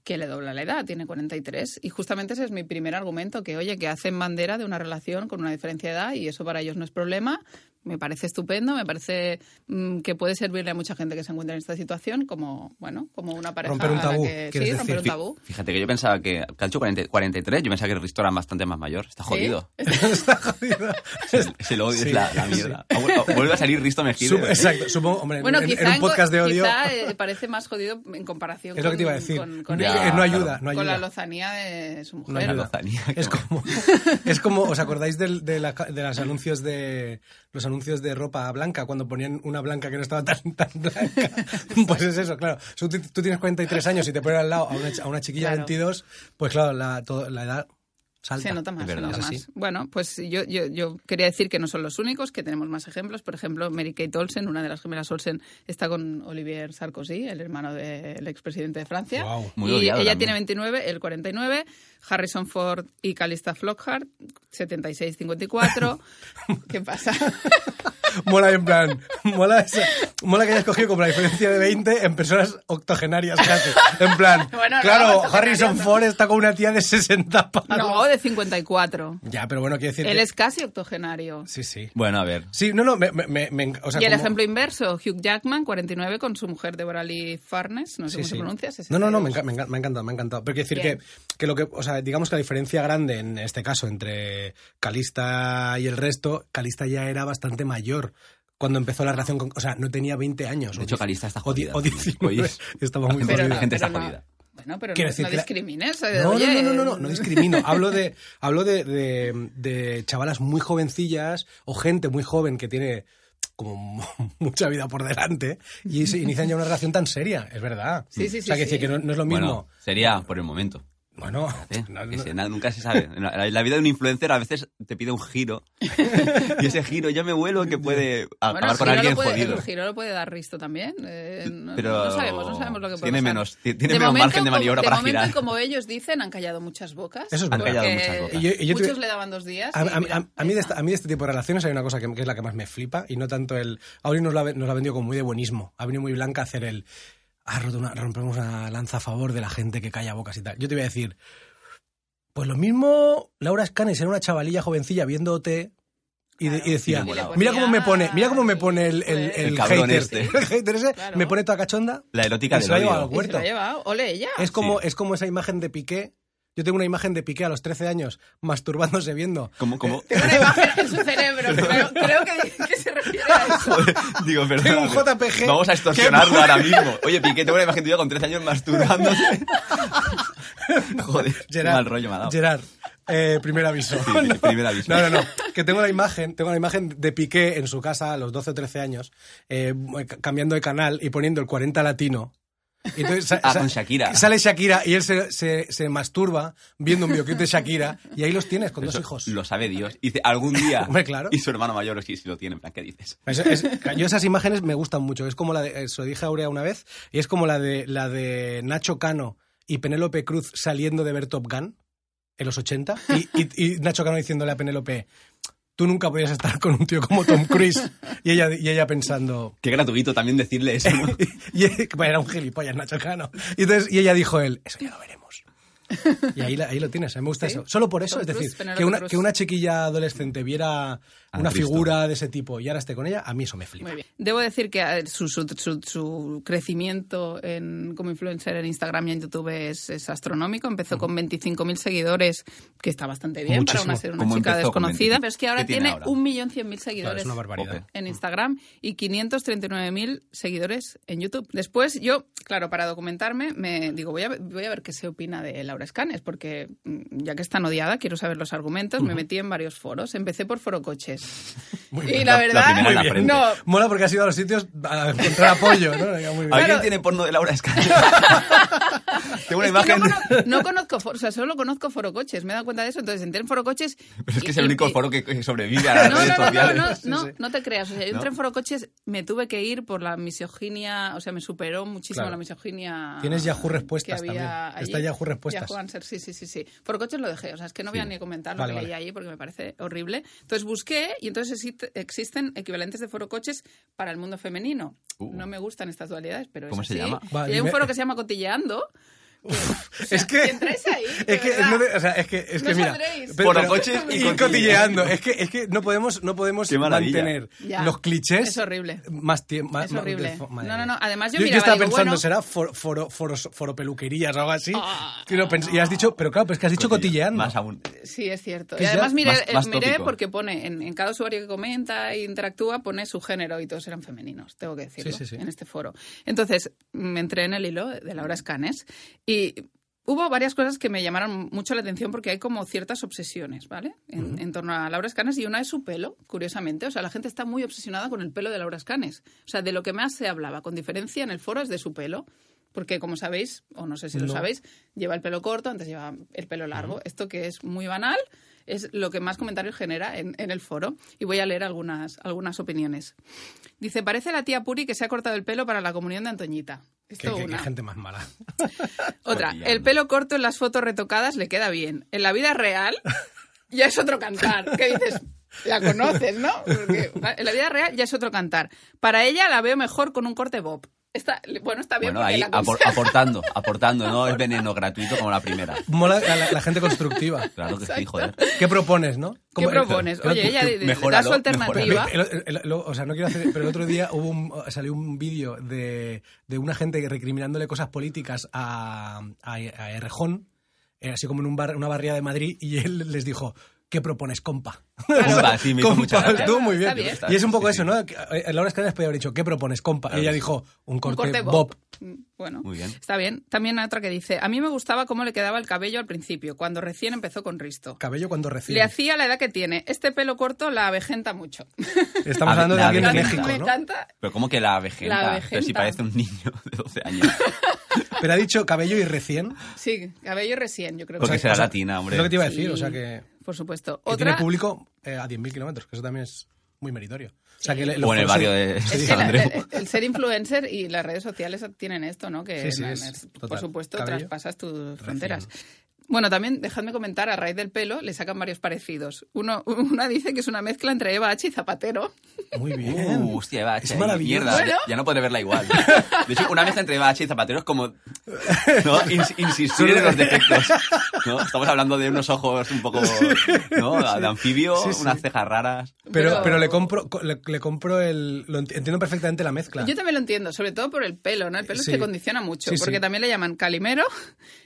[SPEAKER 3] que le dobla la edad, tiene 43. Y justamente ese es mi primer argumento, que oye, que hacen bandera de una relación con una diferencia de edad y eso para ellos no es problema. Me parece estupendo, me parece mm, que puede servirle a mucha gente que se encuentra en esta situación como, bueno, como una pareja.
[SPEAKER 1] Romper un
[SPEAKER 3] a la
[SPEAKER 1] tabú,
[SPEAKER 3] que-
[SPEAKER 1] quieres
[SPEAKER 3] sí, romper
[SPEAKER 1] decir.
[SPEAKER 3] un tabú.
[SPEAKER 2] Fí- Fíjate que yo pensaba que... Calcho 40 43, yo pensaba que el Risto era bastante más mayor. Está jodido.
[SPEAKER 1] Está jodido.
[SPEAKER 2] Se Es el odio,
[SPEAKER 1] Sí,
[SPEAKER 2] es la, la
[SPEAKER 1] sí.
[SPEAKER 2] mierda. Ah, bueno, Vuelve a salir Risto Mejide.
[SPEAKER 1] Sup- exacto, supongo, hombre,
[SPEAKER 3] Bueno,
[SPEAKER 1] en, en
[SPEAKER 3] quizá,
[SPEAKER 1] un podcast de
[SPEAKER 3] enco-
[SPEAKER 1] odio
[SPEAKER 3] quizá, eh, parece más jodido en comparación
[SPEAKER 1] es lo que te iba a
[SPEAKER 3] con-
[SPEAKER 1] decir.
[SPEAKER 3] con- con
[SPEAKER 1] Eh,
[SPEAKER 2] Ya,
[SPEAKER 3] ella,
[SPEAKER 1] no
[SPEAKER 2] claro.
[SPEAKER 1] ayuda, no
[SPEAKER 3] con la
[SPEAKER 1] ayuda.
[SPEAKER 3] lozanía de su mujer.
[SPEAKER 1] No ayuda.
[SPEAKER 2] La lozanía, qué
[SPEAKER 1] Es como, es como, ¿os acordáis del- de, la ca- de los anuncios de los anuncios de ropa blanca cuando ponían una blanca que no estaba tan, tan blanca? Pues es eso, claro. Si tú, tú tienes 43 años y te ponen al lado a una, ch- a una chiquilla de
[SPEAKER 3] Claro.
[SPEAKER 1] 22, pues claro, la, todo- la edad salta.
[SPEAKER 3] Se nota más,
[SPEAKER 2] es
[SPEAKER 3] se
[SPEAKER 2] verdad.
[SPEAKER 3] nota
[SPEAKER 1] Es
[SPEAKER 3] más.
[SPEAKER 1] así.
[SPEAKER 3] Bueno, pues yo, yo, yo quería decir que no son los únicos, que tenemos más ejemplos. Por ejemplo, Mary Kate Olsen, una de las gemelas Olsen, está con Olivier Sarkozy, el hermano del expresidente de Francia.
[SPEAKER 1] Guau,
[SPEAKER 2] muy
[SPEAKER 3] y ella
[SPEAKER 2] odiado también.
[SPEAKER 3] tiene 29, él 49. Harrison Ford y Calista Flockhart, 76-54. ¿Qué pasa?
[SPEAKER 1] Mola en plan, mola, esa- mola que hayas cogido como la diferencia de 20 en personas octogenarias casi. En plan,
[SPEAKER 3] Bueno, no,
[SPEAKER 1] claro,
[SPEAKER 3] octogenarias
[SPEAKER 1] Harrison
[SPEAKER 3] no.
[SPEAKER 1] Ford está con una tía de 60 palos.
[SPEAKER 3] No, de 54.
[SPEAKER 1] Ya, pero bueno, quiero decir
[SPEAKER 3] Él
[SPEAKER 1] que-
[SPEAKER 3] es casi octogenario.
[SPEAKER 1] Sí, sí.
[SPEAKER 2] Bueno, a ver.
[SPEAKER 1] Sí, no, no, me... me- me- me- o sea,
[SPEAKER 3] y el
[SPEAKER 1] como-
[SPEAKER 3] ejemplo inverso, Hugh Jackman, 49, con su mujer Deborah Lee Farnes, no
[SPEAKER 1] Sí,
[SPEAKER 3] sé cómo
[SPEAKER 1] sí.
[SPEAKER 3] se pronuncia.
[SPEAKER 1] No, no, no, me,
[SPEAKER 3] 62.
[SPEAKER 1] enca- me enca- me ha encantado, me ha encantado. Pero quiero decir
[SPEAKER 3] Bien.
[SPEAKER 1] que, que lo que, o sea, digamos que la diferencia grande en este caso entre Calista y el resto, Calista ya era bastante mayor cuando empezó la relación con, o sea, no tenía 20 años.
[SPEAKER 2] De
[SPEAKER 1] o
[SPEAKER 2] hecho,
[SPEAKER 1] dieci-
[SPEAKER 2] Calista está
[SPEAKER 1] o di-
[SPEAKER 2] jodida.
[SPEAKER 1] O 19,
[SPEAKER 2] Oye,
[SPEAKER 1] estaba muy
[SPEAKER 2] Pero
[SPEAKER 1] jodida.
[SPEAKER 2] la gente está
[SPEAKER 3] no-
[SPEAKER 2] jodida.
[SPEAKER 3] Bueno, pero
[SPEAKER 1] Quiero
[SPEAKER 3] no,
[SPEAKER 1] decir
[SPEAKER 3] no
[SPEAKER 1] que la-
[SPEAKER 3] discrimines. eh,
[SPEAKER 1] No,
[SPEAKER 3] oye,
[SPEAKER 1] no, no, no, no, no discrimino. Hablo de, hablo de, de- de chavalas muy jovencillas o gente muy joven que tiene como mu- mucha vida por delante y se inician ya una relación tan seria, es verdad.
[SPEAKER 3] Sí, sí,
[SPEAKER 1] O sea,
[SPEAKER 3] sí,
[SPEAKER 1] que,
[SPEAKER 3] sí.
[SPEAKER 1] decir que no, no es lo mismo.
[SPEAKER 2] Bueno, sería por el momento.
[SPEAKER 1] Bueno,
[SPEAKER 2] ¿eh?
[SPEAKER 1] no,
[SPEAKER 2] Que
[SPEAKER 1] no-
[SPEAKER 2] se- na- nunca se sabe. En La, en la vida de un influencer a veces te pide un giro. y ese giro yo me vuelo que puede a- acabar
[SPEAKER 3] Bueno, el
[SPEAKER 2] con
[SPEAKER 3] giro
[SPEAKER 2] alguien
[SPEAKER 3] lo puede,
[SPEAKER 2] jodido.
[SPEAKER 3] El giro lo puede dar Risto también. eh, no,
[SPEAKER 2] Pero
[SPEAKER 3] no sabemos, no sabemos lo que puede
[SPEAKER 2] tiene
[SPEAKER 3] pasar.
[SPEAKER 2] menos- ti- tiene
[SPEAKER 3] De
[SPEAKER 2] menos
[SPEAKER 3] momento,
[SPEAKER 2] margen de
[SPEAKER 3] como-
[SPEAKER 2] maniobra para
[SPEAKER 3] momento,
[SPEAKER 2] girar.
[SPEAKER 3] y como ellos dicen, han callado muchas bocas.
[SPEAKER 1] Eso es
[SPEAKER 2] Han
[SPEAKER 1] verdad.
[SPEAKER 2] callado
[SPEAKER 3] porque
[SPEAKER 2] muchas
[SPEAKER 1] Y
[SPEAKER 2] bocas.
[SPEAKER 1] yo- y yo te-
[SPEAKER 3] muchos le daban dos días.
[SPEAKER 1] A,
[SPEAKER 3] y
[SPEAKER 1] a-
[SPEAKER 3] Ah, mira,
[SPEAKER 1] a- a mí
[SPEAKER 3] ahí
[SPEAKER 1] de,
[SPEAKER 3] está.
[SPEAKER 1] esta- a mí de este tipo de relaciones hay una cosa que, que es la que más me flipa y no tanto el... Auri nos la, ve- nos la ha vendido como muy de buenismo. Ha venido muy blanca a hacer el... Ah, roto una- rompemos una lanza a favor de la gente que calla bocas y tal. Yo te voy a decir... Pues lo mismo Laura Scanes era una chavalilla jovencilla viendo OT y, de- y decía,
[SPEAKER 2] Y le
[SPEAKER 3] ponía-
[SPEAKER 1] mira cómo me pone, mira cómo me pone el, el,
[SPEAKER 3] El
[SPEAKER 1] el
[SPEAKER 2] cabrón
[SPEAKER 1] hater,
[SPEAKER 2] este.
[SPEAKER 1] el hater ese,
[SPEAKER 3] Claro.
[SPEAKER 1] me pone toda cachonda.
[SPEAKER 2] La erótica
[SPEAKER 1] Y
[SPEAKER 2] del
[SPEAKER 1] se la lleva
[SPEAKER 2] odio.
[SPEAKER 1] al
[SPEAKER 3] Y se lo
[SPEAKER 1] huerto.
[SPEAKER 3] ha llevado. Ole, ella.
[SPEAKER 1] Es como,
[SPEAKER 2] Sí.
[SPEAKER 1] es como esa imagen de Piqué. Yo tengo una imagen de Piqué a los 13 años, masturbándose viendo.
[SPEAKER 2] Como, como...
[SPEAKER 3] Tengo una imagen en su cerebro. Creo, creo que, que se refiere a eso.
[SPEAKER 2] Joder, Digo, perdón.
[SPEAKER 1] Tengo un JPG.
[SPEAKER 2] Vamos a extorsionarlo ahora mismo. Oye, Piqué, tengo una imagen tuya con 13 años masturbándose. Joder, qué
[SPEAKER 1] Gerard,
[SPEAKER 2] mal rollo me ha dado.
[SPEAKER 1] Gerard, eh, primer aviso.
[SPEAKER 2] Sí, sí, primer aviso.
[SPEAKER 1] No, no, no. Que tengo la imagen, tengo la imagen de Piqué en su casa a los 12 o 13 años, eh, ca- cambiando de canal y poniendo el 40 latino. Y entonces sa-
[SPEAKER 2] Ah,
[SPEAKER 1] sa-
[SPEAKER 2] con Shakira.
[SPEAKER 1] Sale Shakira y él se, se- se masturba viendo un videoclip de Shakira y ahí los tienes con
[SPEAKER 2] Eso
[SPEAKER 1] dos hijos.
[SPEAKER 2] Lo sabe Dios. Y dice, algún día.
[SPEAKER 1] Hombre, claro.
[SPEAKER 2] Y su hermano mayor, sí, sí lo tiene, en plan, ¿qué dices?
[SPEAKER 1] Es- es- yo esas imágenes me gustan mucho. Es como la de, eh, se lo dije a Aurea una vez, y es como la de, la de Nacho Cano y Penélope Cruz saliendo de ver Top Gun en los 80 y, y- y Nacho Cano diciéndole a Penélope, tú nunca podías estar con un tío como Tom Cruise. Y ella, y ella pensando...
[SPEAKER 2] Qué gratuito también decirle eso, ¿no?
[SPEAKER 1] Y, bueno, era un gilipollas Nacho Cano. Y, entonces, y ella dijo él, eso ya lo veremos. Y ahí, la- ahí lo tienes, a mí me gusta
[SPEAKER 3] Sí.
[SPEAKER 1] eso. Solo por eso,
[SPEAKER 3] Tom
[SPEAKER 1] es decir,
[SPEAKER 3] Cruise, Penélope
[SPEAKER 1] que una,
[SPEAKER 3] Cruz.
[SPEAKER 1] que una chiquilla adolescente viera una
[SPEAKER 2] Cristo.
[SPEAKER 1] figura de ese tipo y ahora esté con ella, a mí eso me flipa.
[SPEAKER 3] Muy bien. Debo decir que eh, su, su- su- su crecimiento en- como influencer en Instagram y en YouTube es, es astronómico. Empezó con 25.000 seguidores, que está bastante bien
[SPEAKER 1] Muchísimo.
[SPEAKER 3] para una, ser una
[SPEAKER 2] ¿Cómo
[SPEAKER 3] chica
[SPEAKER 2] empezó con
[SPEAKER 3] desconocida.
[SPEAKER 2] 25?
[SPEAKER 3] Pero es que ahora
[SPEAKER 2] ¿Qué tiene
[SPEAKER 3] tiene
[SPEAKER 2] ahora?
[SPEAKER 3] 1.100.000
[SPEAKER 1] Claro,
[SPEAKER 3] seguidores
[SPEAKER 1] es una barbaridad.
[SPEAKER 2] Mm.
[SPEAKER 3] en Instagram y 539.000 seguidores en YouTube. Después yo, claro, para documentarme, me digo, voy a, voy a ver qué se opina de Laura Escanes, porque mm, ya que es tan odiada, quiero saber los argumentos. Me metí en varios foros. Empecé por Foro Coches.
[SPEAKER 1] Muy
[SPEAKER 3] y
[SPEAKER 1] bien.
[SPEAKER 3] la
[SPEAKER 2] La- la
[SPEAKER 3] verdad,
[SPEAKER 2] primera en la frente.
[SPEAKER 3] no,
[SPEAKER 1] Mola porque has ido a los sitios a encontrar apoyo, ¿no? Venga, muy bien.
[SPEAKER 2] ¿Alguien
[SPEAKER 3] Claro.
[SPEAKER 2] tiene porno de Laura Escala? tengo una
[SPEAKER 3] Es que
[SPEAKER 2] imagen.
[SPEAKER 3] No conozco, no conozco for- o sea, solo conozco forocoches, me he dado cuenta de eso. Entonces entré en forocoches.
[SPEAKER 2] Pero es que es
[SPEAKER 3] y-
[SPEAKER 2] el
[SPEAKER 3] y-
[SPEAKER 2] único
[SPEAKER 3] y-
[SPEAKER 2] foro eh, que- que sobrevive a
[SPEAKER 3] No,
[SPEAKER 2] las redes
[SPEAKER 3] no, no, no,
[SPEAKER 2] sociales. Pues
[SPEAKER 3] no, no,
[SPEAKER 1] Sí, sí.
[SPEAKER 3] no te creas. O sea, yo entré en forocoches, me tuve que ir por la misoginia, o sea, me superó muchísimo
[SPEAKER 1] Claro.
[SPEAKER 3] la misoginia.
[SPEAKER 1] Tienes Yahoo
[SPEAKER 3] que
[SPEAKER 1] Respuestas
[SPEAKER 3] había
[SPEAKER 1] también.
[SPEAKER 3] allí.
[SPEAKER 1] Está Yahoo Respuestas.
[SPEAKER 3] Yahoo Answers, sí, sí, sí, sí. Forocoches lo dejé, o sea, es que no voy a
[SPEAKER 2] Sí.
[SPEAKER 3] ni comentar lo
[SPEAKER 1] Vale,
[SPEAKER 3] que
[SPEAKER 1] vale.
[SPEAKER 3] leí ahí porque me parece horrible. Entonces busqué y entonces exi- existen equivalentes de forocoches para el mundo femenino.
[SPEAKER 2] Uh.
[SPEAKER 3] No me gustan estas dualidades, pero es
[SPEAKER 2] ¿Cómo se
[SPEAKER 3] así.
[SPEAKER 2] llama?
[SPEAKER 1] Va,
[SPEAKER 3] Y hay un
[SPEAKER 1] dime.
[SPEAKER 3] foro que se llama Cotilleando.
[SPEAKER 1] Es que.
[SPEAKER 3] entráis ahí, de
[SPEAKER 1] Es que,
[SPEAKER 3] verdad.
[SPEAKER 1] no te- o sea, es que, es
[SPEAKER 3] No
[SPEAKER 1] que mira.
[SPEAKER 3] saldréis.
[SPEAKER 1] pero-
[SPEAKER 2] Por coches y
[SPEAKER 1] y cotilleando. Es que, es que no podemos, no podemos
[SPEAKER 2] Qué maravilla.
[SPEAKER 1] mantener
[SPEAKER 3] Ya.
[SPEAKER 1] los clichés.
[SPEAKER 3] Es horrible.
[SPEAKER 1] Más tiempo.
[SPEAKER 3] Es horrible. No, no, no. Además, yo
[SPEAKER 1] yo
[SPEAKER 3] miraba,
[SPEAKER 1] estaba
[SPEAKER 3] digo,
[SPEAKER 1] pensando,
[SPEAKER 3] bueno-
[SPEAKER 1] será for- foro, foros- foropeluquerías o algo así.
[SPEAKER 3] Ah.
[SPEAKER 1] Y lo pens- y has dicho, pero claro, pero es que has dicho cotilleando.
[SPEAKER 2] Más aún.
[SPEAKER 3] Sí, es cierto.
[SPEAKER 1] Que
[SPEAKER 3] Y
[SPEAKER 1] ya-
[SPEAKER 3] además miré,
[SPEAKER 2] Más- más
[SPEAKER 3] miré
[SPEAKER 2] tópico.
[SPEAKER 3] porque pone, en, en cada usuario que comenta e interactúa, pone su género y todos eran femeninos, tengo que decirlo,
[SPEAKER 1] Sí, sí, sí.
[SPEAKER 3] en este foro. Entonces, me entré en el hilo de Laura Escanes y hubo varias cosas que me llamaron mucho la atención porque hay como ciertas obsesiones, ¿vale? En, en torno a Laura Escanes y una es su pelo, curiosamente. O sea, la gente está muy obsesionada con el pelo de Laura Escanes. O sea, de lo que más se hablaba, con diferencia en el foro, es de su pelo. Porque, como sabéis, o no sé si lo
[SPEAKER 1] No.
[SPEAKER 3] sabéis, lleva el pelo corto, antes lleva el pelo largo. Esto que es muy banal es lo que más comentarios genera en, en el foro. Y voy a leer algunas, algunas opiniones. Dice, parece la tía Puri que se ha cortado el pelo para la comunión de Antoñita.
[SPEAKER 1] Que-
[SPEAKER 3] Esto
[SPEAKER 1] que- que
[SPEAKER 3] una.
[SPEAKER 1] gente más mala.
[SPEAKER 3] Otra,
[SPEAKER 2] Cotillando.
[SPEAKER 3] el pelo corto en las fotos retocadas le queda bien. En la vida real ya es otro cantar. ¿Qué dices? La conoces, ¿no? Porque, va, en la vida real ya es otro cantar. Para ella la veo mejor con un corte bob. Está, bueno, está bien.
[SPEAKER 2] Bueno,
[SPEAKER 3] porque
[SPEAKER 2] ahí
[SPEAKER 3] la
[SPEAKER 2] apor-
[SPEAKER 3] aconseja.
[SPEAKER 2] aportando, aportando, no es veneno gratuito como la primera.
[SPEAKER 1] Mola la, la- la gente constructiva.
[SPEAKER 2] Claro que sí,
[SPEAKER 3] Exacto.
[SPEAKER 2] joder.
[SPEAKER 1] ¿Qué propones, no? eh,
[SPEAKER 3] ¿Qué
[SPEAKER 1] Como-
[SPEAKER 3] propones?
[SPEAKER 1] creo
[SPEAKER 3] Oye,
[SPEAKER 1] que-
[SPEAKER 3] ella de- de- da
[SPEAKER 2] mejóralo,
[SPEAKER 3] su alternativa.
[SPEAKER 1] El- el- el- lo- o sea, no quiero hacer, pero el otro día hubo un- salió un vídeo de, de una gente recriminándole cosas políticas a, a, a Errejón, eh, así como en un bar- una barriada de Madrid, y él les dijo, ¿qué propones, compa?
[SPEAKER 2] Compa, sí, me hizo mucha gracia.
[SPEAKER 1] tú, muy
[SPEAKER 3] Está
[SPEAKER 1] bien.
[SPEAKER 3] bien.
[SPEAKER 1] Y es un poco
[SPEAKER 2] Sí,
[SPEAKER 1] eso,
[SPEAKER 2] sí.
[SPEAKER 1] ¿no? Que, eh, Laura Escanes podía haber dicho, ¿qué propones, compa?
[SPEAKER 2] Claro
[SPEAKER 1] y ella
[SPEAKER 2] que sí.
[SPEAKER 1] dijo, un
[SPEAKER 3] Un
[SPEAKER 1] corte,
[SPEAKER 3] corte
[SPEAKER 1] bob.
[SPEAKER 3] bob. Mm, Bueno,
[SPEAKER 2] Muy bien.
[SPEAKER 3] está bien. También hay otra que dice, a mí me gustaba cómo le quedaba el cabello al principio, cuando recién empezó con Risto.
[SPEAKER 1] Cabello cuando
[SPEAKER 3] Le
[SPEAKER 1] recibe.
[SPEAKER 3] hacía la edad que tiene. Este pelo corto la avejenta mucho.
[SPEAKER 1] Estamos hablando de
[SPEAKER 2] La
[SPEAKER 1] alguien de
[SPEAKER 2] avejenta.
[SPEAKER 1] México,
[SPEAKER 3] me
[SPEAKER 1] ¿no?
[SPEAKER 3] encanta.
[SPEAKER 2] Pero ¿cómo que la vejenta?
[SPEAKER 3] La
[SPEAKER 2] Pero si
[SPEAKER 3] avejenta.
[SPEAKER 2] parece un niño de 12 años.
[SPEAKER 1] Pero ha dicho cabello y recién.
[SPEAKER 3] Sí, cabello recién, yo creo que
[SPEAKER 2] Porque
[SPEAKER 3] sí.
[SPEAKER 2] será latina, hombre.
[SPEAKER 1] Es lo que te iba a
[SPEAKER 3] Sí,
[SPEAKER 1] decir, o sea que...
[SPEAKER 3] Por supuesto.
[SPEAKER 1] que
[SPEAKER 3] Otra.
[SPEAKER 1] tiene público eh, a 10.000 kilómetros, que eso también es muy meritorio. O, sea, que le- los
[SPEAKER 2] O en el
[SPEAKER 1] foros-
[SPEAKER 2] barrio de
[SPEAKER 3] Es que
[SPEAKER 2] San
[SPEAKER 3] la-
[SPEAKER 2] Andreu.
[SPEAKER 3] el, el ser influencer y las redes sociales tienen esto, ¿no? Que
[SPEAKER 1] Sí, sí,
[SPEAKER 3] na-
[SPEAKER 1] es
[SPEAKER 3] es- por
[SPEAKER 1] total.
[SPEAKER 3] supuesto
[SPEAKER 1] Cabello,
[SPEAKER 3] traspasas tus fronteras. Bueno, también dejadme comentar, a raíz del pelo le sacan varios parecidos. Uno, una dice que es una mezcla entre Eva H y Zapatero.
[SPEAKER 1] Muy bien.
[SPEAKER 2] Uh, hostia, Eva H.
[SPEAKER 1] Es maravilloso.
[SPEAKER 2] Mierda,
[SPEAKER 3] Bueno.
[SPEAKER 2] ya, ya no podré verla igual. De hecho, una mezcla entre Eva H y Zapatero es como ¿no? Ins- insistir en los defectos. ¿no? Estamos hablando de unos ojos un poco ¿no? de anfibio,
[SPEAKER 1] Sí, sí.
[SPEAKER 2] unas cejas raras.
[SPEAKER 1] pero, pero le compro, co- le, le compro el. lo ent- entiendo perfectamente la mezcla.
[SPEAKER 3] Yo también lo entiendo, sobre todo por el pelo, ¿no? El pelo
[SPEAKER 1] Sí.
[SPEAKER 3] se condiciona mucho,
[SPEAKER 1] Sí, sí.
[SPEAKER 3] porque también le llaman Calimero,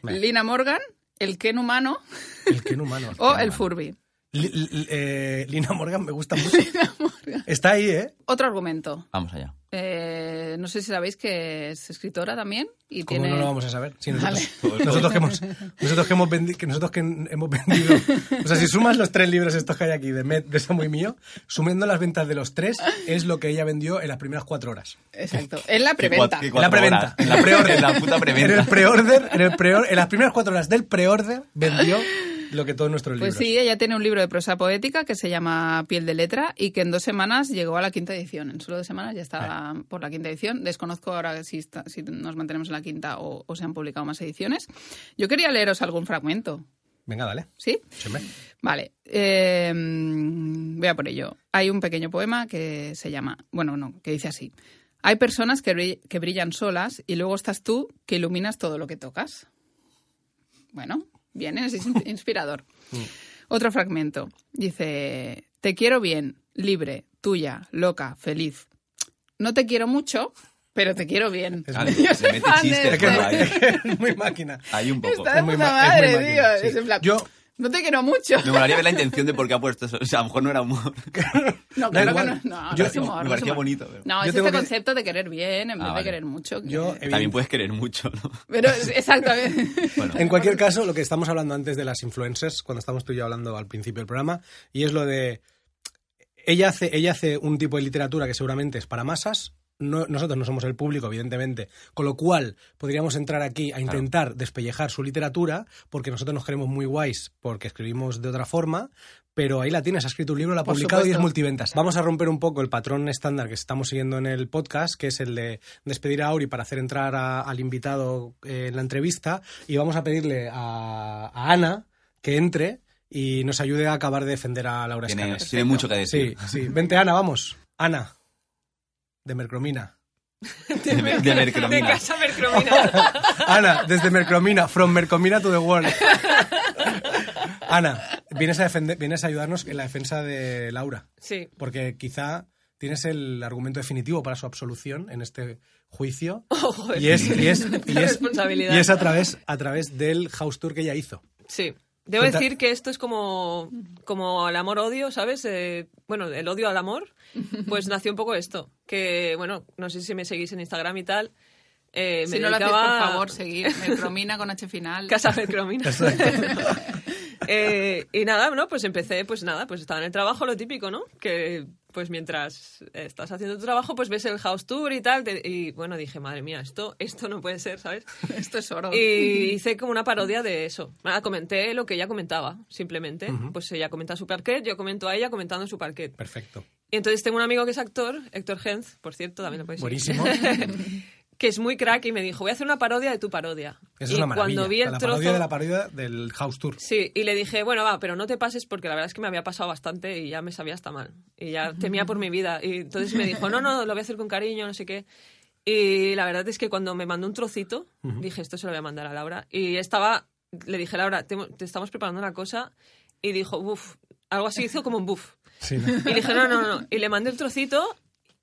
[SPEAKER 3] Lina Morgan, el Ken humano
[SPEAKER 1] El Ken humano.
[SPEAKER 3] o el Furby.
[SPEAKER 1] Li- li- eh, Lina Morgan me gusta mucho. Está ahí, ¿eh?
[SPEAKER 3] Otro argumento.
[SPEAKER 2] Vamos allá.
[SPEAKER 3] Eh, no sé si sabéis que es escritora también y
[SPEAKER 1] ¿Cómo
[SPEAKER 3] tiene...
[SPEAKER 1] no lo vamos a saber? Sí, nosotros,
[SPEAKER 2] Vale.
[SPEAKER 1] nosotros que hemos, nosotros que hemos vendi- que nosotros que hemos vendido. O sea, si sumas los tres libros estos que hay aquí de Met, de Samu y mío, sumando las ventas de los tres, es lo que ella vendió en las primeras cuatro horas.
[SPEAKER 3] Exacto, es la
[SPEAKER 2] ¿Qué
[SPEAKER 3] preventa.
[SPEAKER 2] cua- qué
[SPEAKER 1] En la
[SPEAKER 2] cuatro
[SPEAKER 1] preventa.
[SPEAKER 2] horas?
[SPEAKER 1] En la preorden.
[SPEAKER 2] En la puta
[SPEAKER 1] En el
[SPEAKER 2] preventa.
[SPEAKER 1] preorder, en, el preor- en las primeras cuatro horas del preorder vendió lo que todos nuestros
[SPEAKER 3] Pues
[SPEAKER 1] libros.
[SPEAKER 3] sí, ella tiene un libro de prosa poética que se llama Piel de Letra y que en dos semanas llegó a la quinta edición. En solo dos semanas ya está por la quinta edición. Desconozco ahora si, está- si nos mantenemos en la quinta o, o se han publicado más ediciones. Yo quería leeros algún fragmento,
[SPEAKER 1] Venga, dale.
[SPEAKER 3] ¿sí?
[SPEAKER 1] échame.
[SPEAKER 3] Vale, eh, voy a por ello. Hay un pequeño poema que se llama, bueno, no, que dice así. Hay personas que, bri- que brillan solas y luego estás tú que iluminas todo lo que tocas. Bueno, bien, es in- inspirador. Otro fragmento. Dice, te quiero bien, libre, tuya, loca, feliz. No te quiero mucho, pero te quiero bien.
[SPEAKER 1] Es
[SPEAKER 2] Ah,
[SPEAKER 1] muy-
[SPEAKER 2] le- le mete
[SPEAKER 3] fan de
[SPEAKER 2] chistes
[SPEAKER 1] Es que es
[SPEAKER 2] por
[SPEAKER 1] muy-
[SPEAKER 2] ahí.
[SPEAKER 1] es muy máquina.
[SPEAKER 2] Hay un poco.
[SPEAKER 3] Está de
[SPEAKER 1] Es muy
[SPEAKER 3] puta
[SPEAKER 1] ma- es muy
[SPEAKER 3] madre,
[SPEAKER 1] máquina,
[SPEAKER 3] tío.
[SPEAKER 1] sí.
[SPEAKER 3] Es en plan,
[SPEAKER 1] Yo-
[SPEAKER 3] no te quiero mucho.
[SPEAKER 2] Me molaría ver la intención de por qué ha puesto eso. O sea, a lo mejor no era humor.
[SPEAKER 3] No,
[SPEAKER 1] Da
[SPEAKER 3] claro que
[SPEAKER 1] igual.
[SPEAKER 3] no. No,
[SPEAKER 1] Yo-
[SPEAKER 3] no es humor,
[SPEAKER 2] me
[SPEAKER 3] no es
[SPEAKER 2] parecía
[SPEAKER 3] humor.
[SPEAKER 2] bonito. pero-
[SPEAKER 3] No,
[SPEAKER 1] Yo
[SPEAKER 3] es
[SPEAKER 1] tengo
[SPEAKER 3] este
[SPEAKER 1] que-
[SPEAKER 3] concepto de querer bien en vez
[SPEAKER 2] vale.
[SPEAKER 3] de querer mucho. que-
[SPEAKER 1] Yo,
[SPEAKER 2] También puedes querer mucho, ¿no?
[SPEAKER 3] Pero es- exactamente.
[SPEAKER 2] Bueno.
[SPEAKER 1] En cualquier caso, lo que estamos hablando antes de las influencers, cuando estamos tú y yo hablando al principio del programa, y es lo de. Ella hace, ella hace un tipo de literatura que seguramente es para masas. No- nosotros no somos el público, evidentemente. Con lo cual, podríamos entrar aquí a intentar despellejar su literatura, porque nosotros nos creemos muy guays, porque escribimos de otra forma, pero ahí la tienes, ha escrito un libro, la ha
[SPEAKER 3] Por
[SPEAKER 1] publicado y es
[SPEAKER 3] supuesto.
[SPEAKER 1] multiventas. Vamos a romper un poco el patrón estándar que estamos siguiendo en el podcast, que es el de despedir a Auri para hacer entrar a- al invitado eh, en la entrevista, y vamos a pedirle a, a Ana que entre y nos ayude a acabar de defender a Laura
[SPEAKER 2] Tiene,
[SPEAKER 1] Escanes.
[SPEAKER 2] tiene mucho que
[SPEAKER 1] Sí,
[SPEAKER 2] decir.
[SPEAKER 1] sí. Vente, Ana, vamos. Ana, de Mercromina.
[SPEAKER 2] De, mer- de mercromina.
[SPEAKER 4] Casa Mercromina.
[SPEAKER 1] Ana, desde Mercromina, from Mercromina to the world. Ana, vienes a, defender, vienes a ayudarnos en la defensa de Laura.
[SPEAKER 4] Sí.
[SPEAKER 1] porque quizá tienes el argumento definitivo para su absolución en este juicio
[SPEAKER 4] Ojo,
[SPEAKER 1] y es, y es, y
[SPEAKER 4] La
[SPEAKER 1] es-
[SPEAKER 4] Oh, responsabilidad.
[SPEAKER 1] y es a través a través del house tour que ella hizo.
[SPEAKER 4] Sí. Debo
[SPEAKER 1] Cuenta-
[SPEAKER 4] decir que esto es como, como el amor-odio, ¿sabes? Eh, bueno, el odio al amor, pues nació un poco esto. Que, bueno, no sé si me seguís en Instagram y tal. Eh, me
[SPEAKER 3] si no lo hacéis,
[SPEAKER 4] dedicaba
[SPEAKER 3] por
[SPEAKER 4] a-
[SPEAKER 3] favor, seguir. Mercromina con H final.
[SPEAKER 4] Casa Mercromina. Eh, y nada, ¿no? Pues empecé, pues nada, pues estaba en el trabajo, lo típico, ¿no? Que pues mientras estás haciendo tu trabajo, pues ves el house tour y tal. te- y bueno, dije, madre mía, esto, esto no puede ser, ¿sabes?
[SPEAKER 3] Esto es oro.
[SPEAKER 4] Y hice como una parodia de eso. Nada, comenté lo que ella comentaba, simplemente. Pues ella comenta su parquet, yo comento a ella comentando su parquet.
[SPEAKER 1] Perfecto.
[SPEAKER 4] Y entonces tengo un amigo que es actor, Héctor Genz, por cierto, también lo podéis seguir,
[SPEAKER 1] Buenísimo.
[SPEAKER 4] que es muy crack y me dijo, voy a hacer una parodia de tu parodia.
[SPEAKER 1] Eso
[SPEAKER 4] y
[SPEAKER 1] es una maravilla.
[SPEAKER 4] cuando vi el
[SPEAKER 1] la
[SPEAKER 4] trozo...
[SPEAKER 1] parodia de la parodia del house tour.
[SPEAKER 4] Sí, y le dije, bueno, va, pero no te pases porque la verdad es que me había pasado bastante y ya me sabía hasta mal. Y ya temía por mi vida. Y entonces me dijo, no, no, lo voy a hacer con cariño, no sé qué. Y la verdad es que cuando me mandó un trocito, dije, esto se lo voy a mandar a Laura. Y estaba, le dije, Laura, te, te estamos preparando una cosa. Y dijo, buf, algo así hizo como un buf.
[SPEAKER 1] Sí, ¿no?
[SPEAKER 4] Y dije, no, no, no. Y le mandé el trocito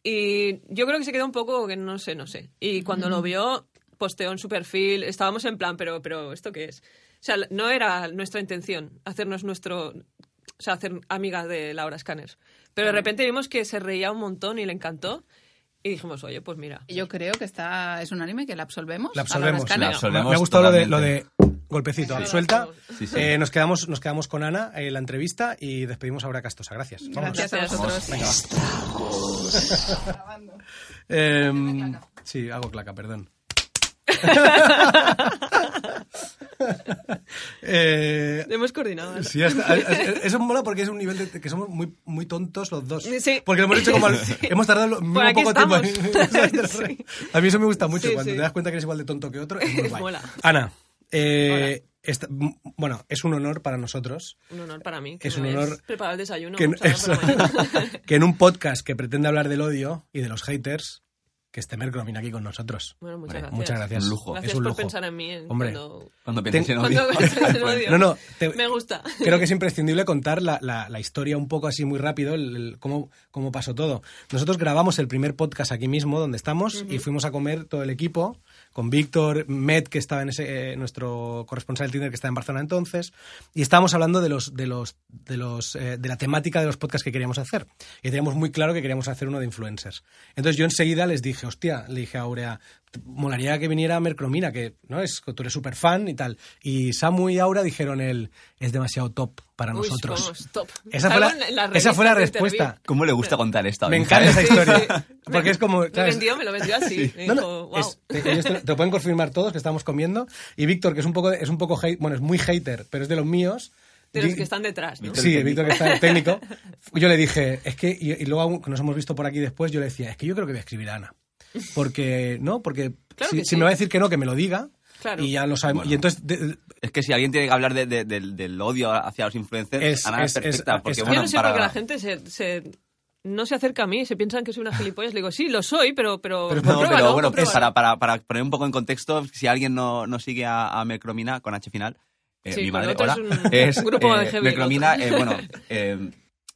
[SPEAKER 4] y yo creo que se quedó un poco que no sé, no sé. Y cuando lo vio, posteó en su perfil, estábamos en plan, pero, pero ¿esto qué es? O sea, no era nuestra intención hacernos nuestro... O sea, hacer amigas de Laura Scanners. Pero de repente vimos que se reía un montón y le encantó. Y dijimos, oye, pues mira.
[SPEAKER 3] Yo creo que está, es un anime que la absolvemos.
[SPEAKER 1] La
[SPEAKER 3] a Laura
[SPEAKER 1] absolvemos.
[SPEAKER 3] Escanes.
[SPEAKER 2] La absolvemos
[SPEAKER 1] Me ha gustado lo de, lo de
[SPEAKER 2] totalmente.
[SPEAKER 1] golpecito,
[SPEAKER 4] Sí, sí.
[SPEAKER 1] suelta.
[SPEAKER 2] Sí, sí.
[SPEAKER 1] Eh, nos, quedamos, nos quedamos con Ana en la entrevista y despedimos ahora a Castosa. Gracias. Vámonos.
[SPEAKER 3] Gracias a
[SPEAKER 4] Vamos.
[SPEAKER 3] vosotros.
[SPEAKER 1] Em, sí, hago claca, perdón. eh,
[SPEAKER 4] Hemos coordinado. ¿no?
[SPEAKER 1] Sí, hasta- eso mola porque es un nivel de que somos muy, muy tontos los dos.
[SPEAKER 4] Sí.
[SPEAKER 1] Porque lo hemos hecho como al-
[SPEAKER 4] Sí.
[SPEAKER 1] hemos tardado lo mismo
[SPEAKER 4] Por aquí
[SPEAKER 1] poco tiempo.
[SPEAKER 4] estamos. Sí.
[SPEAKER 1] A mí eso me gusta mucho
[SPEAKER 4] Sí,
[SPEAKER 1] cuando
[SPEAKER 4] sí.
[SPEAKER 1] te das cuenta que eres igual de tonto que otro. Es muy guay.
[SPEAKER 4] Mola.
[SPEAKER 1] Ana, eh, esta- m- bueno, es un honor para nosotros
[SPEAKER 4] Un honor para mí.
[SPEAKER 1] Es
[SPEAKER 4] me
[SPEAKER 1] un
[SPEAKER 4] habéis
[SPEAKER 1] honor
[SPEAKER 4] Preparado el desayuno.
[SPEAKER 1] que, en-
[SPEAKER 4] muchas gracias por la
[SPEAKER 1] eso,
[SPEAKER 4] mañana.
[SPEAKER 1] que en un podcast que pretende hablar del odio y de los haters, que esté Mercromin aquí con nosotros.
[SPEAKER 4] Bueno, muchas
[SPEAKER 2] Vale,
[SPEAKER 4] gracias.
[SPEAKER 1] Eh, Muchas gracias.
[SPEAKER 2] Un lujo.
[SPEAKER 4] Gracias
[SPEAKER 1] es un
[SPEAKER 4] por
[SPEAKER 1] lujo.
[SPEAKER 4] pensar en mí. en
[SPEAKER 1] Hombre.
[SPEAKER 4] cuando-
[SPEAKER 2] Cuando piensas en
[SPEAKER 4] cuando
[SPEAKER 2] odio.
[SPEAKER 4] piensas en odio.
[SPEAKER 1] No, no, te-
[SPEAKER 4] Me gusta.
[SPEAKER 1] creo que es imprescindible contar la, la- la historia un poco así muy rápido, el, el cómo, cómo pasó todo. Nosotros grabamos el primer podcast aquí mismo, donde estamos, y fuimos a comer todo el equipo, con Víctor, Met, que estaba en ese, eh, nuestro corresponsal del Tinder, que estaba en Barcelona entonces, y estábamos hablando de los, de los, de los, eh, de la temática de los podcasts que queríamos hacer. Y teníamos muy claro que queríamos hacer uno de influencers. Entonces yo enseguida les dije, hostia, le dije a Aurea, molaría que viniera Mercromina, que no es, tú eres súper fan y tal. Y Samu y Aura dijeron el es demasiado top para
[SPEAKER 4] Uy,
[SPEAKER 1] nosotros.
[SPEAKER 4] somos top.
[SPEAKER 1] Esa fue
[SPEAKER 4] Salgo
[SPEAKER 1] la,
[SPEAKER 4] en la- en las
[SPEAKER 1] esa fue la
[SPEAKER 4] revistas de
[SPEAKER 1] respuesta.
[SPEAKER 4] interview.
[SPEAKER 2] ¿Cómo le gusta contar esto? a
[SPEAKER 1] Me
[SPEAKER 2] mí,
[SPEAKER 1] encanta
[SPEAKER 2] ¿sabes?
[SPEAKER 1] esa
[SPEAKER 4] Sí,
[SPEAKER 1] historia.
[SPEAKER 4] sí.
[SPEAKER 1] Porque es como.
[SPEAKER 4] Me
[SPEAKER 1] claro, es-
[SPEAKER 4] vendió, me lo vendió así. Me
[SPEAKER 1] no, no,
[SPEAKER 4] dijo, wow.
[SPEAKER 1] es- te, ellos te, te lo pueden confirmar todos que estamos comiendo. Y Víctor, que es un poco, de- es un poco hate- bueno, es muy hater, pero es de los míos.
[SPEAKER 4] de los
[SPEAKER 1] Di-
[SPEAKER 4] que están detrás, ¿no?
[SPEAKER 2] Víctor
[SPEAKER 1] Sí,
[SPEAKER 2] el
[SPEAKER 1] Víctor que está el técnico. Yo le dije, es que, y, y luego aún nos hemos visto por aquí después, yo le decía, es que yo creo que voy a escribir a Ana. Porque, ¿no? Porque
[SPEAKER 4] Claro
[SPEAKER 1] si,
[SPEAKER 4] que
[SPEAKER 1] si
[SPEAKER 4] sí.
[SPEAKER 1] me va a decir que no, que me lo diga.
[SPEAKER 4] Claro.
[SPEAKER 1] Y ya lo sabemos.
[SPEAKER 2] Bueno.
[SPEAKER 1] Y entonces, de-
[SPEAKER 2] Es que si alguien tiene que hablar de- de- del, del odio hacia los influencers,
[SPEAKER 1] Es-
[SPEAKER 2] Ana es,
[SPEAKER 1] es- es-
[SPEAKER 2] perfecta. porque,
[SPEAKER 1] es-
[SPEAKER 2] bueno,
[SPEAKER 4] Yo no sé
[SPEAKER 2] para-
[SPEAKER 4] por qué la gente se, se- no se acerca a mí, se piensan que soy una gilipollas. Le digo, sí, lo soy, pero... pero,
[SPEAKER 1] Pero es
[SPEAKER 2] No, pero
[SPEAKER 4] compruébalo,
[SPEAKER 2] bueno,
[SPEAKER 4] compruébalo.
[SPEAKER 2] para, para, para poner un poco en contexto, si alguien no, no sigue a, a Mercromina con H final, eh,
[SPEAKER 4] Sí,
[SPEAKER 2] mi madre,
[SPEAKER 4] pero el otro
[SPEAKER 2] hola,
[SPEAKER 4] es un- un grupo
[SPEAKER 2] eh,
[SPEAKER 4] de heavy,
[SPEAKER 2] Mercromina,
[SPEAKER 4] el
[SPEAKER 2] eh,
[SPEAKER 4] otro.
[SPEAKER 2] bueno, eh,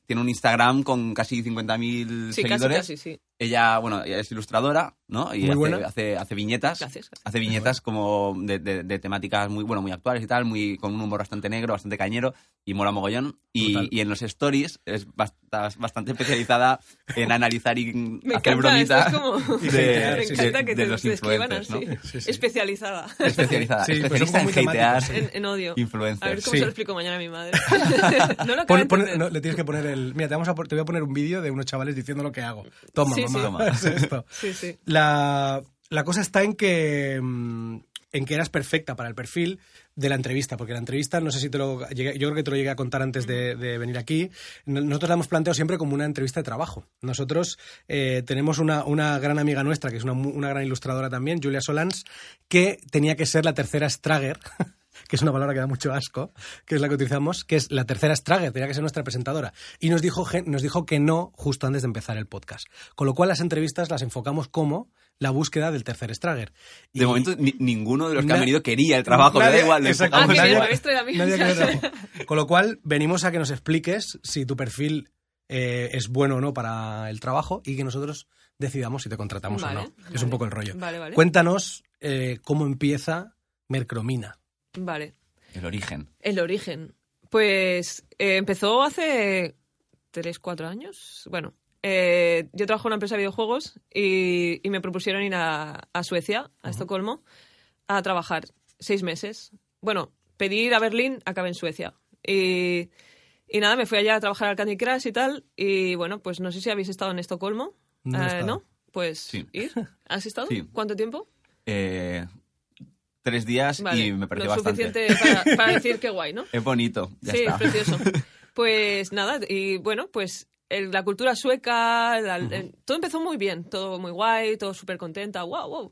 [SPEAKER 2] tiene un Instagram con casi 50.000
[SPEAKER 4] Sí, casi,
[SPEAKER 2] seguidores.
[SPEAKER 4] casi, sí.
[SPEAKER 2] Ella, bueno, ella es ilustradora, ¿no? Y
[SPEAKER 1] Muy
[SPEAKER 2] hace,
[SPEAKER 1] buena.
[SPEAKER 2] hace, hace viñetas.
[SPEAKER 4] Gracias, gracias.
[SPEAKER 2] Hace viñetas como de, de- de temáticas muy, bueno, muy actuales y tal, muy, con un humor bastante negro, bastante cañero y mola mogollón.
[SPEAKER 1] Brutal.
[SPEAKER 2] Y, y en los stories es bast- bastante especializada en analizar y
[SPEAKER 4] Me
[SPEAKER 2] hacer
[SPEAKER 4] encanta, esto
[SPEAKER 2] bromita
[SPEAKER 4] es como...
[SPEAKER 1] Sí,
[SPEAKER 2] de,
[SPEAKER 1] sí,
[SPEAKER 4] me
[SPEAKER 1] sí,
[SPEAKER 4] encanta
[SPEAKER 2] de-
[SPEAKER 4] que
[SPEAKER 2] de
[SPEAKER 4] te
[SPEAKER 2] los
[SPEAKER 4] describan
[SPEAKER 2] influencers, ¿no?
[SPEAKER 4] así.
[SPEAKER 1] Sí, sí.
[SPEAKER 4] Especializada
[SPEAKER 2] Especializada,
[SPEAKER 1] Sí, pues son
[SPEAKER 2] especialista
[SPEAKER 1] muy
[SPEAKER 2] en hatear
[SPEAKER 1] temáticos,
[SPEAKER 4] en, en odio. A ver
[SPEAKER 2] influencers.
[SPEAKER 4] cómo
[SPEAKER 1] Sí.
[SPEAKER 4] se lo explico mañana a mi madre. no lo acabo
[SPEAKER 1] pon-
[SPEAKER 4] de
[SPEAKER 1] pon-
[SPEAKER 4] entender.
[SPEAKER 1] no, le tienes que poner el. Mira, te, vamos a, pon- te voy a poner un vídeo de unos chavales diciendo lo que hago. Toma,
[SPEAKER 4] Sí,
[SPEAKER 1] mamá.
[SPEAKER 4] sí.
[SPEAKER 2] Toma.
[SPEAKER 1] Es esto.
[SPEAKER 4] Sí, sí.
[SPEAKER 1] La, la cosa está en que, mm, en que eras perfecta para el perfil de la entrevista, porque la entrevista, no sé si te lo llegué- yo creo que te lo llegué a contar antes de, de venir aquí, no- nosotros la hemos planteado siempre como una entrevista de trabajo. Nosotros eh, tenemos una, una gran amiga nuestra, que es una, mu- una gran ilustradora también, Julia Solans, que tenía que ser la tercera Strager. que es una palabra que da mucho asco, que es la que utilizamos, que es la tercera Strager, tenía que ser nuestra presentadora. Y nos dijo, gen- nos dijo que no justo antes de empezar el podcast. Con lo cual las entrevistas las enfocamos como la búsqueda del tercer Strager. Y-
[SPEAKER 2] De momento, ni- ninguno de los que
[SPEAKER 1] Na-
[SPEAKER 2] han venido quería el trabajo, me
[SPEAKER 1] Nadie-
[SPEAKER 2] da igual. le
[SPEAKER 1] exacto.
[SPEAKER 4] Ah,
[SPEAKER 2] enfocamos
[SPEAKER 4] qué
[SPEAKER 2] en-
[SPEAKER 4] bien,
[SPEAKER 1] nadie-
[SPEAKER 4] me habéis traído a mí.
[SPEAKER 1] nadie que lo trajo. Con lo cual, venimos a que nos expliques si tu perfil eh, es bueno o no para el trabajo y que nosotros decidamos si te contratamos
[SPEAKER 4] Vale,
[SPEAKER 1] o no. Es
[SPEAKER 4] vale.
[SPEAKER 1] un poco el rollo.
[SPEAKER 4] Vale, vale.
[SPEAKER 1] Cuéntanos eh, cómo empieza Mercromina.
[SPEAKER 4] Vale.
[SPEAKER 2] El origen.
[SPEAKER 4] El origen. Pues eh, empezó hace tres, cuatro años. Bueno, eh, yo trabajo en una empresa de videojuegos y, y me propusieron ir a, a Suecia, a Estocolmo, a trabajar seis meses. Bueno, pedí ir a Berlín, acabé en Suecia. Y, y nada, me fui allá a trabajar al Candy Crush y tal. Y bueno, pues no sé si habéis estado en Estocolmo.
[SPEAKER 1] No he
[SPEAKER 4] Eh,
[SPEAKER 1] estado.
[SPEAKER 4] ¿no? Pues
[SPEAKER 2] Sí.
[SPEAKER 4] ir. ¿Has estado?
[SPEAKER 2] Sí.
[SPEAKER 4] ¿Cuánto tiempo?
[SPEAKER 2] Eh, tres días
[SPEAKER 4] Vale,
[SPEAKER 2] y me pareció
[SPEAKER 4] lo
[SPEAKER 2] bastante.
[SPEAKER 4] suficiente para, para decir que guay, ¿no?
[SPEAKER 2] Es bonito, ya
[SPEAKER 4] sí,
[SPEAKER 2] está.
[SPEAKER 4] es precioso. Pues nada, y bueno, pues el- la cultura sueca, la- el- todo empezó muy bien, todo muy guay, todo súper contenta, wow, wow.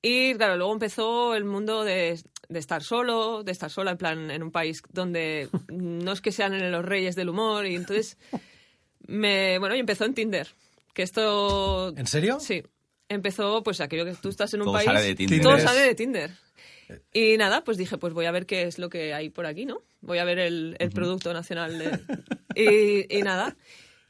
[SPEAKER 4] Y claro, luego empezó el mundo de, de estar solo, de estar sola, en plan, en un país donde no es que sean los reyes del humor, y entonces, me, bueno, y empezó en Tinder, que esto...
[SPEAKER 1] ¿En serio?
[SPEAKER 4] Sí. Empezó, pues, aquello que tú estás en un
[SPEAKER 2] Todo
[SPEAKER 4] país...
[SPEAKER 2] sale de Tinder.
[SPEAKER 4] Todo
[SPEAKER 1] Tinder es-
[SPEAKER 4] sale de Tinder. Y nada, pues dije, pues voy a ver qué es lo que hay por aquí, ¿no? Voy a ver el, el producto nacional de... y, y nada.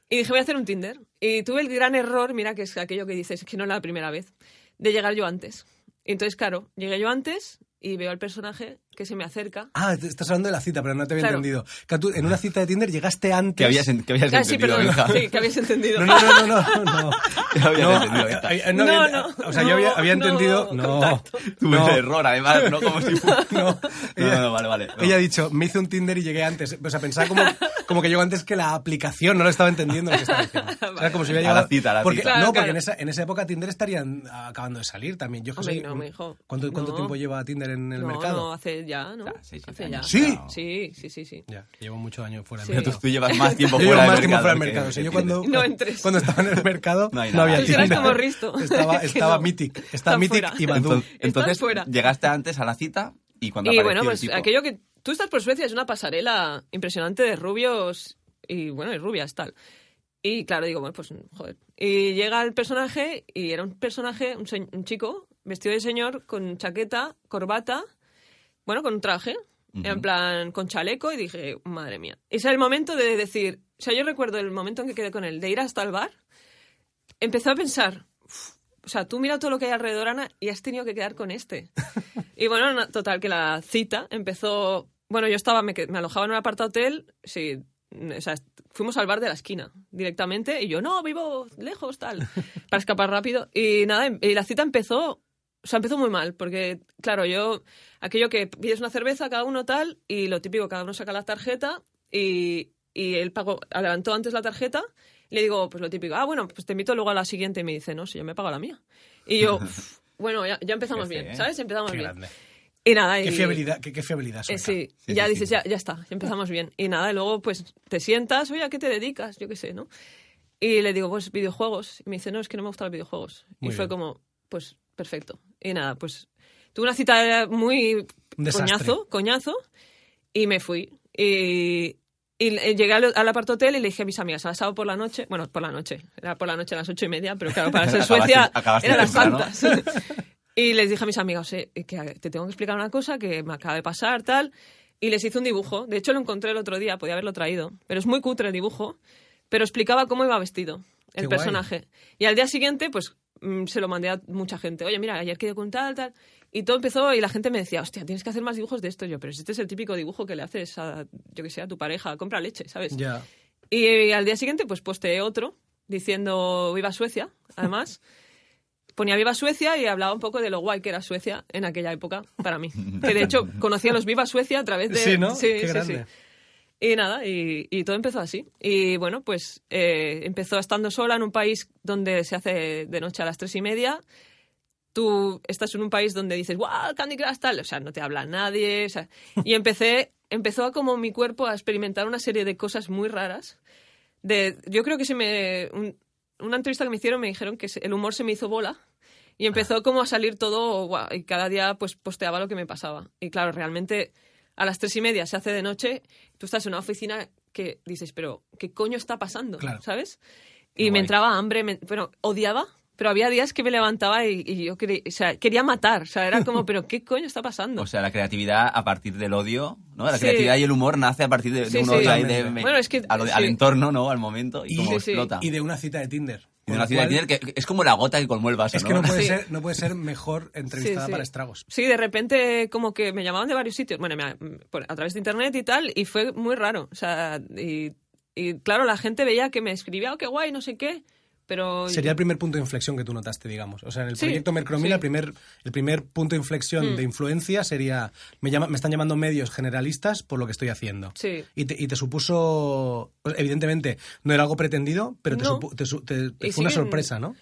[SPEAKER 4] Y dije, voy a hacer un Tinder. Y tuve el gran error, mira, que es aquello que dices, que no es la primera vez, de llegar yo antes. Y entonces, claro, llegué yo antes y veo al personaje que se me acerca.
[SPEAKER 1] Ah, te- estás hablando de la cita, pero no te había
[SPEAKER 4] Claro.
[SPEAKER 1] entendido. Que tú en una cita de Tinder llegaste antes.
[SPEAKER 2] Que habías, en- que habías
[SPEAKER 4] Ah, sí,
[SPEAKER 2] entendido,
[SPEAKER 4] perdón.
[SPEAKER 2] hija.
[SPEAKER 4] Sí, que habéis entendido.
[SPEAKER 1] No, no, no, no, no. no.
[SPEAKER 2] Que habías
[SPEAKER 1] No,
[SPEAKER 2] entendido, hija.
[SPEAKER 1] a- a- no
[SPEAKER 4] No,
[SPEAKER 1] había-
[SPEAKER 4] no,
[SPEAKER 1] o sea, yo había,
[SPEAKER 4] no,
[SPEAKER 1] había
[SPEAKER 4] no,
[SPEAKER 1] entendido. No,
[SPEAKER 4] contacto.
[SPEAKER 2] Tuve
[SPEAKER 1] no,
[SPEAKER 2] el error, además, ¿no? Como si fu-
[SPEAKER 1] no.
[SPEAKER 2] No, no, no, vale, vale. no.
[SPEAKER 1] Ella ha dicho, me hice un Tinder y llegué antes. O sea, pensaba como, como que llegó antes que la aplicación, no lo estaba entendiendo lo que estaba diciendo. O sea, como si hubiera
[SPEAKER 2] A la
[SPEAKER 1] llegado-
[SPEAKER 2] cita, a la
[SPEAKER 1] porque-
[SPEAKER 2] cita.
[SPEAKER 1] No,
[SPEAKER 4] Claro,
[SPEAKER 1] porque
[SPEAKER 4] claro.
[SPEAKER 1] En, esa, en esa época Tinder estarían acabando de salir también. Yo que
[SPEAKER 4] Hombre,
[SPEAKER 1] sé,
[SPEAKER 4] no, me dijo,
[SPEAKER 1] ¿cuánto, cuánto
[SPEAKER 4] no.
[SPEAKER 1] tiempo lleva Tinder en el
[SPEAKER 4] no, no,
[SPEAKER 1] mercado?
[SPEAKER 4] hace ya, ¿no?
[SPEAKER 2] Ah, sí, sí,
[SPEAKER 4] hace
[SPEAKER 2] sí.
[SPEAKER 4] ya.
[SPEAKER 1] ¿Sí?
[SPEAKER 4] Sí, sí, sí, sí.
[SPEAKER 1] Ya, llevo muchos años fuera
[SPEAKER 4] Sí.
[SPEAKER 1] del
[SPEAKER 2] Tú,
[SPEAKER 1] mercado.
[SPEAKER 2] tú llevas más tiempo
[SPEAKER 1] Yo
[SPEAKER 2] fuera
[SPEAKER 1] llevo
[SPEAKER 2] del
[SPEAKER 1] más tiempo fuera del
[SPEAKER 2] que-
[SPEAKER 1] mercado. O sea,
[SPEAKER 2] que
[SPEAKER 1] yo
[SPEAKER 2] Tinder.
[SPEAKER 1] cuando,
[SPEAKER 4] No entres.
[SPEAKER 1] cuando estaba en el mercado
[SPEAKER 2] No
[SPEAKER 1] no,
[SPEAKER 2] hay nada.
[SPEAKER 1] había
[SPEAKER 2] Tú
[SPEAKER 4] serás
[SPEAKER 1] Tinder.
[SPEAKER 4] como Risto.
[SPEAKER 1] Estaba,
[SPEAKER 4] Que
[SPEAKER 1] estaba
[SPEAKER 4] no.
[SPEAKER 1] Mythic.
[SPEAKER 4] Está
[SPEAKER 1] Estaba Mythic
[SPEAKER 4] fuera.
[SPEAKER 1] y Badu.
[SPEAKER 2] Entonces, entonces
[SPEAKER 4] fuera.
[SPEAKER 2] llegaste antes a la cita Y cuando
[SPEAKER 4] Y
[SPEAKER 2] apareció
[SPEAKER 4] bueno,
[SPEAKER 2] el
[SPEAKER 4] pues
[SPEAKER 2] tipo-
[SPEAKER 4] aquello que. Tú estás por Suecia, es una pasarela impresionante de rubios y bueno, y rubias, tal. Y claro, digo, bueno, pues joder. Y llega el personaje y era un personaje, un, se- un chico, vestido de señor, con chaqueta, corbata, bueno, con un traje, en plan, con chaleco, y dije, madre mía. Ese es el momento de decir, o sea, yo recuerdo el momento en que quedé con él, de ir hasta el bar, empecé a pensar, "Uf, o sea, tú mira todo lo que hay alrededor, Ana, y has tenido que quedar con este. Y bueno, no- total, que la cita empezó. Bueno, yo estaba, me, que- me alojaba en un aparta hotel, sí. mm, O sea, est- fuimos al bar de la esquina directamente y yo, no, vivo lejos, tal, para escapar rápido. Y nada, em- y la cita empezó, o sea, empezó muy mal, porque, claro, yo, aquello que pides una cerveza, cada uno tal, y lo típico, cada uno saca la tarjeta y, y él pagó, levantó antes la tarjeta, y le digo, pues lo típico, ah, bueno, pues te invito luego a la siguiente y me dice, no, si yo me pago la mía. Y yo, "Uf, bueno, ya, ya empezamos
[SPEAKER 2] Jefe,
[SPEAKER 4] bien,
[SPEAKER 2] ¿eh?
[SPEAKER 4] ¿sabes? Empezamos
[SPEAKER 1] Qué
[SPEAKER 4] bien.
[SPEAKER 1] grande.
[SPEAKER 4] Y nada, y,
[SPEAKER 1] Qué fiabilidad, qué, qué fiabilidad
[SPEAKER 4] eh,
[SPEAKER 1] suelta.
[SPEAKER 4] sí,
[SPEAKER 2] Sí,
[SPEAKER 4] ya
[SPEAKER 2] sí,
[SPEAKER 4] dices,
[SPEAKER 2] sí.
[SPEAKER 4] Ya, ya está, ya empezamos bien. Y nada, y luego pues te sientas, oye, ¿a qué te dedicas? Yo qué sé, ¿no? Y le digo, pues videojuegos. Y me dice, no, es que no me gustan los videojuegos.
[SPEAKER 1] Muy
[SPEAKER 4] y fue
[SPEAKER 1] bien.
[SPEAKER 4] como, pues perfecto. Y nada, pues tuve una cita muy
[SPEAKER 1] Un desastre.
[SPEAKER 4] coñazo, coñazo, y me fui. Y, y llegué al, al apart hotel y le dije a mis amigas, al sábado por la noche, bueno, por la noche, era por la noche a las ocho y media, pero claro, para ser
[SPEAKER 2] Acabaste-
[SPEAKER 4] Suecia
[SPEAKER 2] acabaste
[SPEAKER 4] eran las
[SPEAKER 2] temprano.
[SPEAKER 4] tantas. Y les dije a mis amigos, "Eh, que te tengo que explicar una cosa que me acaba de pasar, tal. Y les hice un dibujo. De hecho, lo encontré el otro día, podía haberlo traído. Pero es muy cutre el dibujo. Pero explicaba cómo iba vestido el
[SPEAKER 1] Qué guay.
[SPEAKER 4] personaje. Y al día siguiente, pues mm, se lo mandé a mucha gente. Oye, mira, ayer quedé con tal, tal. Y todo empezó y la gente me decía, hostia, tienes que hacer más dibujos de esto. Yo, pero si este es el típico dibujo que le haces a, yo que sé, a tu pareja, compra leche, ¿sabes?
[SPEAKER 1] Ya.
[SPEAKER 4] Y, al día siguiente, pues posteé otro diciendo Viva Suecia, además. Ponía Viva Suecia y hablaba un poco de lo guay que era Suecia en aquella época para mí. Que de hecho conocí a los Viva Suecia a través de.
[SPEAKER 1] Sí, ¿no?
[SPEAKER 4] Sí,
[SPEAKER 1] Qué
[SPEAKER 4] sí,
[SPEAKER 1] grande.
[SPEAKER 4] sí. Y nada, y, y todo empezó así. Y bueno, pues eh, empezó estando sola en un país donde se hace de noche a las tres y media. Tú estás en un país donde dices, ¡guau, Candy Crush tal! O sea, no te habla nadie. o sea, y empecé, empezó a como mi cuerpo a experimentar una serie de cosas muy raras. De, yo creo que se me. un- una entrevista que me hicieron me dijeron que se- el humor se me hizo bola. Y empezó como a salir todo, guau, y cada día pues posteaba lo que me pasaba. Y claro, realmente a las tres y media se hace de noche, tú estás en una oficina que dices, pero ¿qué coño está pasando?
[SPEAKER 1] Claro.
[SPEAKER 4] ¿Sabes?
[SPEAKER 2] Qué
[SPEAKER 4] Y me
[SPEAKER 2] guay.
[SPEAKER 4] entraba hambre, me, bueno, odiaba, pero había días que me levantaba y, y yo quería, o sea, quería matar. O sea, era como, pero ¿qué coño está pasando?
[SPEAKER 2] O
[SPEAKER 1] Pues
[SPEAKER 2] sea, la creatividad a partir del odio, ¿no? La
[SPEAKER 4] Sí.
[SPEAKER 2] creatividad y el humor nace a partir de, de
[SPEAKER 4] Sí,
[SPEAKER 2] un
[SPEAKER 4] sí.
[SPEAKER 2] odio ahí de,
[SPEAKER 1] Totalmente.
[SPEAKER 2] me-
[SPEAKER 4] Bueno, es que-
[SPEAKER 2] a lo de-
[SPEAKER 4] sí.
[SPEAKER 2] al entorno, ¿no? Al momento y,
[SPEAKER 1] Y-
[SPEAKER 2] como
[SPEAKER 4] Sí, sí.
[SPEAKER 2] explota.
[SPEAKER 1] Y de una cita de Tinder.
[SPEAKER 2] Y de
[SPEAKER 1] Con
[SPEAKER 2] una
[SPEAKER 1] lo
[SPEAKER 2] ciudad de
[SPEAKER 1] cual,
[SPEAKER 2] Tinder que que es como la gota que colmó el vaso,
[SPEAKER 1] Es que no
[SPEAKER 4] puede-
[SPEAKER 1] puede,
[SPEAKER 4] Sí.
[SPEAKER 1] ser, no puede ser mejor entrevistada
[SPEAKER 4] Sí, sí.
[SPEAKER 1] para estragos.
[SPEAKER 4] Sí, de repente como que me llamaban de varios sitios, bueno, me- por- a través de internet y tal, y fue muy raro. O sea, y, y claro, la gente veía que me escribía, oh, qué guay, no sé qué, pero...
[SPEAKER 1] Sería el primer punto de inflexión que tú notaste, digamos. O sea, en el
[SPEAKER 4] Sí,
[SPEAKER 1] proyecto Mercromila,
[SPEAKER 4] sí. Mm.
[SPEAKER 1] el, primer, el primer punto de inflexión de influencia sería, me, llama- me están llamando medios generalistas por lo que estoy haciendo.
[SPEAKER 4] Sí.
[SPEAKER 1] Y te, y te supuso, pues, evidentemente, no era algo pretendido, pero te,
[SPEAKER 4] No.
[SPEAKER 1] supu- te su- te- te
[SPEAKER 4] Y
[SPEAKER 1] fue una
[SPEAKER 4] siguen-
[SPEAKER 1] sorpresa, ¿no?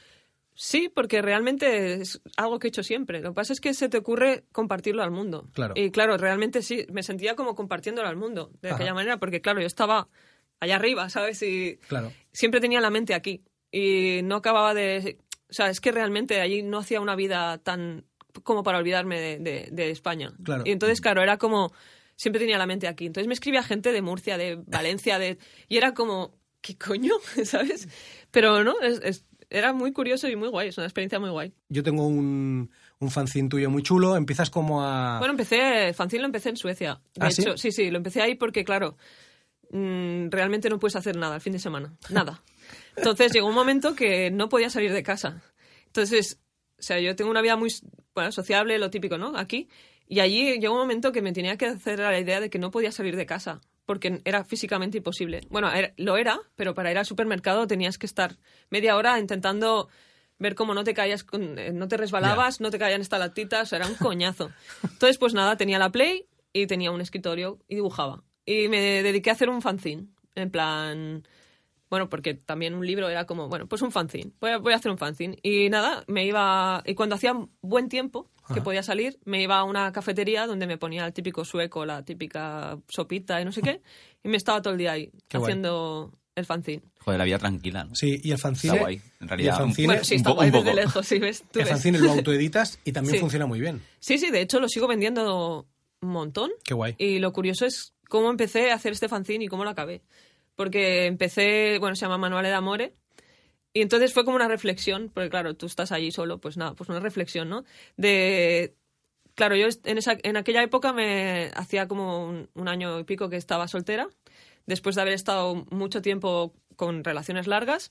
[SPEAKER 4] Sí, porque realmente es algo que he hecho siempre. Lo que pasa es que se te ocurre compartirlo al mundo.
[SPEAKER 1] Claro.
[SPEAKER 4] Y claro, realmente sí, me sentía como compartiéndolo al mundo, de
[SPEAKER 1] Ajá.
[SPEAKER 4] aquella manera, porque claro, yo estaba allá arriba, ¿sabes? Y,
[SPEAKER 1] Claro.
[SPEAKER 4] siempre tenía la mente aquí y no acababa de... O sea, es que realmente allí no hacía una vida tan como para olvidarme de, de- de España.
[SPEAKER 1] Claro.
[SPEAKER 4] Y entonces, claro, era como... Siempre tenía la mente aquí. Entonces me escribía gente de Murcia, de Valencia, de... Y era como, ¿qué coño? ¿Sabes? Pero no, es- es- era muy curioso y muy guay. Es una experiencia muy guay.
[SPEAKER 1] Yo tengo un, un fanzine tuyo muy chulo, empiezas como a...
[SPEAKER 4] Bueno, empecé, Fanzine lo empecé en Suecia. De
[SPEAKER 1] ¿Ah, sí?
[SPEAKER 4] hecho, sí? sí, lo empecé ahí porque, claro, mm, realmente no puedes hacer nada el fin de semana. Nada. Entonces llegó un momento que no podía salir de casa. Entonces, o sea, yo tengo una vida muy bueno, sociable, lo típico, ¿no? Aquí. Y allí llegó un momento que me tenía que hacer a la idea de que no podía salir de casa porque era físicamente imposible. Bueno, era- lo era, pero para ir al supermercado tenías que estar media hora intentando ver cómo no te caías, con- eh, no te resbalabas, no te caían estalactitas, o sea, era un coñazo. Entonces, pues nada, tenía la Play y tenía un escritorio y dibujaba. Y me dediqué a hacer un fanzine, en plan... Bueno, porque también un libro era como, bueno, pues un fanzine, voy a, voy a hacer un fanzine. Y nada, me iba... Y cuando hacía buen tiempo, que podía salir, me iba a una cafetería donde me ponía el típico sueco, la típica sopita y no sé qué, y me estaba todo el día ahí
[SPEAKER 1] Qué guay.
[SPEAKER 4] haciendo el fanzine.
[SPEAKER 2] Joder, la vida tranquila, ¿no?
[SPEAKER 1] Sí, y el fanzine...
[SPEAKER 2] Está guay, en realidad,
[SPEAKER 1] y el fanzine,
[SPEAKER 4] Bueno, sí,
[SPEAKER 2] un
[SPEAKER 4] está
[SPEAKER 2] po-
[SPEAKER 4] guay
[SPEAKER 2] un
[SPEAKER 4] desde
[SPEAKER 2] poco.
[SPEAKER 4] lejos, sí, ves. Tú
[SPEAKER 1] el
[SPEAKER 4] ves.
[SPEAKER 1] fanzine lo autoeditas y también
[SPEAKER 4] Sí.
[SPEAKER 1] funciona muy bien.
[SPEAKER 4] Sí, sí, de hecho lo sigo vendiendo un montón.
[SPEAKER 1] Qué guay.
[SPEAKER 4] Y lo curioso es cómo empecé a hacer este fanzine y cómo lo acabé. Porque empecé, bueno, se llama Manual de Amore. Y entonces fue como una reflexión, porque claro, tú estás allí solo, pues nada, pues una reflexión, ¿no? De. Claro, yo en, esa, en aquella época me hacía como un, un año y pico que estaba soltera, después de haber estado mucho tiempo con relaciones largas,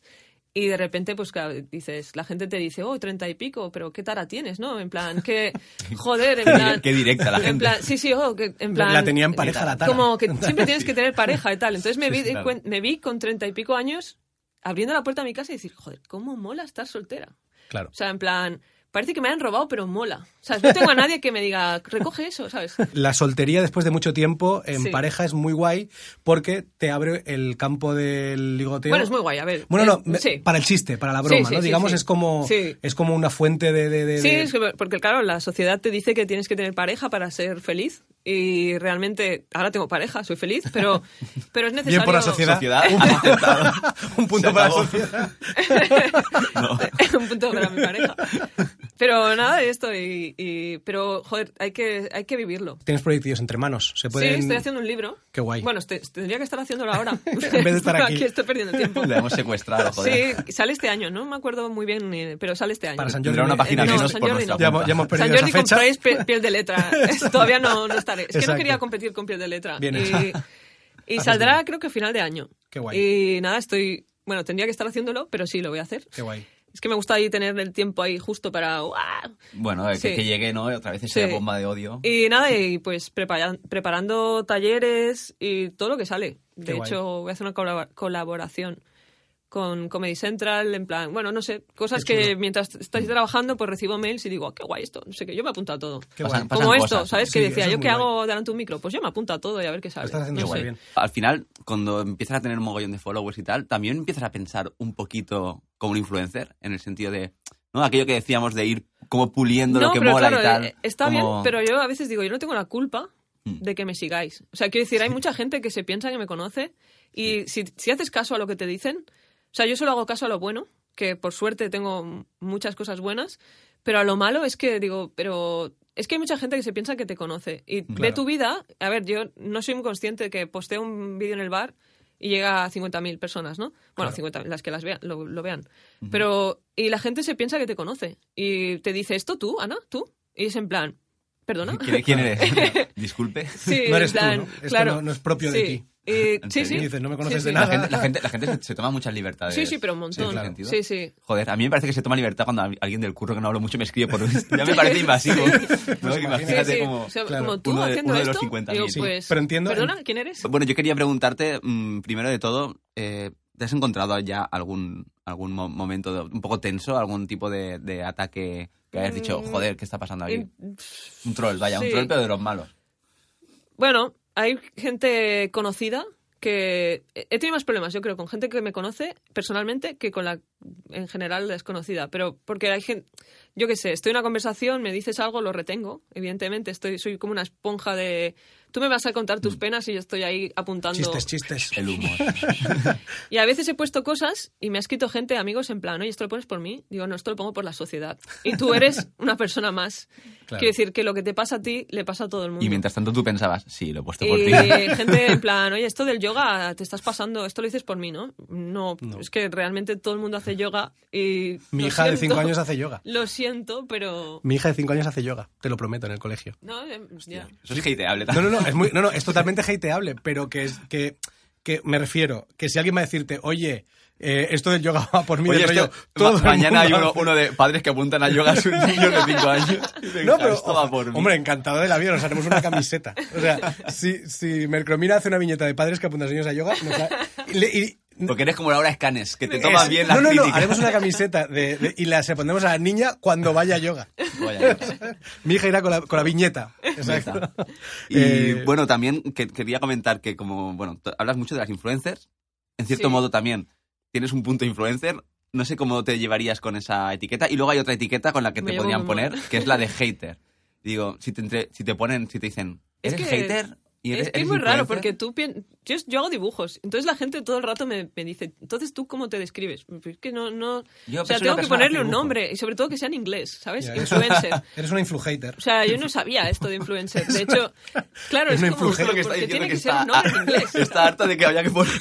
[SPEAKER 4] y de repente, pues claro, dices, la gente te dice, oh, treinta y pico, pero qué tara tienes, ¿no? En plan, que, joder, en plan.
[SPEAKER 2] Qué directa la
[SPEAKER 4] En
[SPEAKER 2] gente.
[SPEAKER 4] plan, sí, sí, oh, que, en plan.
[SPEAKER 1] La tenía en pareja la tara.
[SPEAKER 4] Como que siempre tienes que tener pareja y tal. Entonces me
[SPEAKER 2] Sí,
[SPEAKER 4] vi, eh,
[SPEAKER 2] sí, claro.
[SPEAKER 4] cuen- me vi con treinta y pico años abriendo la puerta de mi casa y decir, joder, cómo mola estar soltera.
[SPEAKER 1] Claro.
[SPEAKER 4] O sea, en plan, parece que me han robado, pero mola. O sea, no tengo a nadie que me diga, recoge eso, ¿sabes?
[SPEAKER 1] La soltería después de mucho tiempo en
[SPEAKER 4] Sí.
[SPEAKER 1] pareja es muy guay porque te abre el campo del ligoteo.
[SPEAKER 4] Bueno, es muy guay, a ver.
[SPEAKER 1] Bueno, no,
[SPEAKER 4] Eh,
[SPEAKER 1] me-
[SPEAKER 4] sí.
[SPEAKER 1] para el chiste, para la broma,
[SPEAKER 4] Sí, sí,
[SPEAKER 1] ¿no?
[SPEAKER 4] sí,
[SPEAKER 1] Digamos,
[SPEAKER 4] sí.
[SPEAKER 1] es como
[SPEAKER 4] Sí.
[SPEAKER 1] es como una fuente de... de- de-
[SPEAKER 4] Sí,
[SPEAKER 1] de-
[SPEAKER 4] es que- porque claro, la sociedad te dice que tienes que tener pareja para ser feliz y realmente ahora tengo pareja, soy feliz, pero, pero es necesario...
[SPEAKER 1] Bien por la sociedad.
[SPEAKER 2] Sociedad ha aceptado.
[SPEAKER 1] Un punto
[SPEAKER 2] Se
[SPEAKER 1] para la
[SPEAKER 2] acabó.
[SPEAKER 1] sociedad.
[SPEAKER 2] No.
[SPEAKER 4] un punto para mi pareja. Pero nada de esto, y, y- pero joder, hay que, hay que vivirlo.
[SPEAKER 1] Tienes proyectillos entre manos. Se pueden...
[SPEAKER 4] Sí, estoy haciendo un libro.
[SPEAKER 1] Qué guay.
[SPEAKER 4] Bueno, este- tendría que estar haciéndolo ahora. en
[SPEAKER 1] vez de estar aquí.
[SPEAKER 4] estoy perdiendo tiempo.
[SPEAKER 2] La hemos secuestrado, joder.
[SPEAKER 4] Sí, sale este año, ¿no? Me acuerdo muy bien, eh, pero sale este año.
[SPEAKER 1] Para San Jordi.
[SPEAKER 2] Tendrá una página
[SPEAKER 4] Eh, no,
[SPEAKER 2] menos
[SPEAKER 4] San
[SPEAKER 2] por
[SPEAKER 4] Jordi
[SPEAKER 2] nuestra
[SPEAKER 4] no.
[SPEAKER 1] Ya hemos, ya hemos perdido
[SPEAKER 2] cuenta.
[SPEAKER 4] San Jordi
[SPEAKER 1] esa fecha.
[SPEAKER 4] compráis pe- piel de letra. Es- Todavía no, no estaré. Es que
[SPEAKER 1] Exacto.
[SPEAKER 4] no quería competir con piel de letra.
[SPEAKER 1] Bien
[SPEAKER 4] y,
[SPEAKER 1] hecho.
[SPEAKER 4] y
[SPEAKER 1] Haces
[SPEAKER 4] saldrá
[SPEAKER 1] bien.
[SPEAKER 4] creo que a final de año.
[SPEAKER 1] Qué guay,
[SPEAKER 4] Y nada, estoy... Bueno, tendría que estar haciéndolo, pero sí, lo voy a hacer.
[SPEAKER 1] qué guay.
[SPEAKER 4] Es que me gusta ahí tener el tiempo ahí justo para... ¡guau!
[SPEAKER 2] Bueno, eh, que,
[SPEAKER 4] Sí.
[SPEAKER 2] que llegue, ¿no? Otra vez esa
[SPEAKER 4] Sí.
[SPEAKER 2] bomba de odio.
[SPEAKER 4] Y nada, y pues prepara- preparando talleres y todo lo que sale.
[SPEAKER 1] Qué
[SPEAKER 4] De
[SPEAKER 1] guay.
[SPEAKER 4] hecho, voy a hacer una colab- colaboración con Comedy Central, en plan, bueno, no sé, cosas
[SPEAKER 1] Qué chulo. Mm.
[SPEAKER 4] que mientras estáis trabajando, pues recibo mails y digo, "Ah, qué guay esto, no sé qué, yo me apunto a todo.
[SPEAKER 1] Qué
[SPEAKER 2] Pasan-
[SPEAKER 1] guay.
[SPEAKER 2] pasan
[SPEAKER 4] Como esto,
[SPEAKER 2] cosas,
[SPEAKER 4] ¿sabes?
[SPEAKER 1] ¿no?
[SPEAKER 4] que
[SPEAKER 1] Sí,
[SPEAKER 4] decía,
[SPEAKER 1] eso es
[SPEAKER 4] ¿yo
[SPEAKER 1] muy
[SPEAKER 4] qué
[SPEAKER 1] guay.
[SPEAKER 4] hago delante de un micro? Pues yo me apunto a todo y a ver qué sale.
[SPEAKER 1] estás haciendo
[SPEAKER 4] No
[SPEAKER 1] muy
[SPEAKER 4] sé.
[SPEAKER 1] bien.
[SPEAKER 2] Al final, cuando empiezas a tener un mogollón de followers y tal, también empiezas a pensar un poquito como un influencer, en el sentido de, ¿no? Aquello que decíamos de ir como puliendo lo
[SPEAKER 4] No,
[SPEAKER 2] que
[SPEAKER 4] pero
[SPEAKER 2] mola
[SPEAKER 4] claro,
[SPEAKER 2] y tal.
[SPEAKER 4] eh, está
[SPEAKER 2] como-
[SPEAKER 4] bien, pero yo a veces digo, yo no tengo la culpa
[SPEAKER 2] Mm.
[SPEAKER 4] de que me sigáis. O sea, quiero decir, hay mucha gente que se piensa que me conoce y si, si haces caso a lo que te dicen, o sea, yo solo hago caso a lo bueno, que por suerte tengo m- muchas cosas buenas, pero a lo malo es que digo, pero es que hay mucha gente que se piensa que te conoce y ve
[SPEAKER 1] Claro.
[SPEAKER 4] tu vida, a ver, yo no soy muy consciente de que posteo un vídeo en el bar y llega a 50.000 personas, ¿no? Bueno,
[SPEAKER 1] Claro.
[SPEAKER 4] 50.000, las que las vean, lo, lo vean. Pero, y la gente se piensa que te conoce. Y te dice, ¿esto tú, Ana? ¿Tú? Y es en plan, ¿perdona?
[SPEAKER 2] ¿Quién- ¿Quién eres? Disculpe.
[SPEAKER 4] Sí,
[SPEAKER 1] No eres
[SPEAKER 4] en plan,
[SPEAKER 1] tú, ¿no? Esto
[SPEAKER 4] claro.
[SPEAKER 1] no- no es propio de
[SPEAKER 4] Sí.
[SPEAKER 1] ti.
[SPEAKER 4] Eh,
[SPEAKER 2] ¿En
[SPEAKER 4] sí, sí.
[SPEAKER 2] serio?
[SPEAKER 1] Dices, no me conoces de
[SPEAKER 4] Sí, sí.
[SPEAKER 2] La
[SPEAKER 1] nada.
[SPEAKER 2] gente, la, gente, la gente se toma muchas libertades.
[SPEAKER 4] Sí, sí, pero un montón.
[SPEAKER 2] en ese
[SPEAKER 1] claro.
[SPEAKER 2] sentido.
[SPEAKER 4] Sí, sí.
[SPEAKER 2] Joder, a mí me parece que se toma libertad cuando a- alguien del curro que no hablo mucho me escribe por... Ya me parece invasivo. ¿no?
[SPEAKER 1] Sí, sí.
[SPEAKER 2] Imagínate
[SPEAKER 4] Sí, sí.
[SPEAKER 2] como...
[SPEAKER 4] O sea,
[SPEAKER 1] claro,
[SPEAKER 4] como tú
[SPEAKER 2] uno de-
[SPEAKER 4] haciendo
[SPEAKER 2] uno de los
[SPEAKER 4] esto,
[SPEAKER 2] 50.000.
[SPEAKER 4] digo,
[SPEAKER 2] Sí,
[SPEAKER 4] pues,
[SPEAKER 1] pero entiendo-
[SPEAKER 4] ¿Perdona? ¿Quién eres?
[SPEAKER 2] Bueno, yo quería preguntarte, mm, primero de todo, eh, ¿te has encontrado ya algún, algún mo- momento de- un poco tenso, algún tipo de, de ataque que hayas dicho,
[SPEAKER 4] Mm,
[SPEAKER 2] joder, ¿qué está pasando aquí?
[SPEAKER 4] En-
[SPEAKER 2] Un troll, vaya, un
[SPEAKER 4] sí.
[SPEAKER 2] troll, pero de los malos.
[SPEAKER 4] Bueno, hay gente conocida que he tenido más problemas, yo creo, con gente que me conoce personalmente que con la en general desconocida, pero porque hay gente, yo qué sé, estoy en una conversación, me dices algo, lo retengo, evidentemente, estoy soy como una esponja de tú me vas a contar tus penas y yo estoy ahí apuntando
[SPEAKER 1] Mm. Chistes, chistes.
[SPEAKER 2] El humor.
[SPEAKER 4] y a veces he puesto cosas y me ha escrito gente, amigos, en plan, oye, esto lo pones por mí. Digo, no, esto lo pongo por la sociedad. Y tú eres una persona más.
[SPEAKER 1] Claro.
[SPEAKER 4] Quiero decir que lo que te pasa a ti le pasa a todo el mundo.
[SPEAKER 2] Y mientras tanto tú pensabas, sí, lo he puesto por
[SPEAKER 4] Y
[SPEAKER 2] ti.
[SPEAKER 4] Eh, gente en plan, oye, esto del yoga te estás pasando, esto lo dices por mí, ¿no? No, es que realmente todo el mundo hace yoga y...
[SPEAKER 1] Mi
[SPEAKER 4] lo
[SPEAKER 1] hija de
[SPEAKER 4] siento,
[SPEAKER 1] 5 años hace yoga.
[SPEAKER 4] Lo siento, pero...
[SPEAKER 1] Mi hija de 5 años hace yoga, te lo prometo, en el colegio.
[SPEAKER 4] No, eh, ya.
[SPEAKER 2] Eso es hateable.
[SPEAKER 1] No, no, no, es, muy, no, no, es totalmente hateable, pero que es que, que me refiero, que si alguien va a decirte, oye, eh, esto del yoga va por mí,
[SPEAKER 2] Oye,
[SPEAKER 1] del rollo,
[SPEAKER 2] esto-
[SPEAKER 1] todo
[SPEAKER 2] ma-
[SPEAKER 1] el
[SPEAKER 2] mañana hay
[SPEAKER 1] mundo
[SPEAKER 2] uno,
[SPEAKER 1] hace-
[SPEAKER 2] uno de padres que apuntan a yoga a sus niños de 5 años. oh,
[SPEAKER 1] No, pero,
[SPEAKER 2] Esto va por mí.
[SPEAKER 1] hombre, encantado de la vida, nos haremos una camiseta. O sea, si, si Mercromina hace una viñeta de padres que apuntan a niños a yoga, nos ha- y le- y-
[SPEAKER 2] Porque eres como Laura Escanes, que te tomas
[SPEAKER 1] es-
[SPEAKER 2] Pues bien las
[SPEAKER 1] no, no, no,
[SPEAKER 2] críticas.
[SPEAKER 1] haremos una camiseta de- de- y la se pondremos a la niña cuando vaya a yoga.
[SPEAKER 2] Vaya, tío.
[SPEAKER 1] Mi hija irá con la, con la viñeta.
[SPEAKER 4] Pues
[SPEAKER 1] Exacto.
[SPEAKER 2] Exacto. Y
[SPEAKER 1] Eh,
[SPEAKER 2] bueno, también que- quería comentar que como, bueno, t- hablas mucho de las influencers, en cierto
[SPEAKER 4] Sí.
[SPEAKER 2] modo también tienes un punto influencer, no sé cómo te llevarías con esa etiqueta, y luego hay otra etiqueta con la que
[SPEAKER 4] Me
[SPEAKER 2] te
[SPEAKER 4] llevo
[SPEAKER 2] podrían
[SPEAKER 4] muy
[SPEAKER 2] poner,
[SPEAKER 4] mal.
[SPEAKER 2] que es la de hater. Digo, si te, entre- si te ponen, si te dicen,
[SPEAKER 4] Es
[SPEAKER 2] ¿eres
[SPEAKER 4] que-
[SPEAKER 2] hater ¿Y
[SPEAKER 4] Es
[SPEAKER 2] eres-
[SPEAKER 4] que es
[SPEAKER 2] eres
[SPEAKER 4] muy raro
[SPEAKER 2] influencer?
[SPEAKER 4] porque tú pien- yo, yo hago dibujos, entonces la gente todo el rato me, me dice, entonces tú cómo te describes? Pues Es que no, no,
[SPEAKER 2] Yo
[SPEAKER 4] o sea,
[SPEAKER 2] soy
[SPEAKER 4] tengo
[SPEAKER 2] una persona
[SPEAKER 4] que
[SPEAKER 2] que
[SPEAKER 4] ponerle un
[SPEAKER 2] dibujo.
[SPEAKER 4] nombre y sobre todo que sea en inglés, ¿sabes?
[SPEAKER 1] Ya.
[SPEAKER 4] Influencer.
[SPEAKER 1] Eres una influhater.
[SPEAKER 4] O sea, yo no sabía esto de influencer. De hecho, claro,
[SPEAKER 1] Es
[SPEAKER 4] es,
[SPEAKER 1] una
[SPEAKER 4] como
[SPEAKER 1] influencer.
[SPEAKER 2] Justo lo que está
[SPEAKER 4] porque
[SPEAKER 2] diciendo
[SPEAKER 4] tiene
[SPEAKER 2] que
[SPEAKER 4] que ser
[SPEAKER 2] está,
[SPEAKER 4] un nombre en inglés.
[SPEAKER 2] está harta de que haya que poner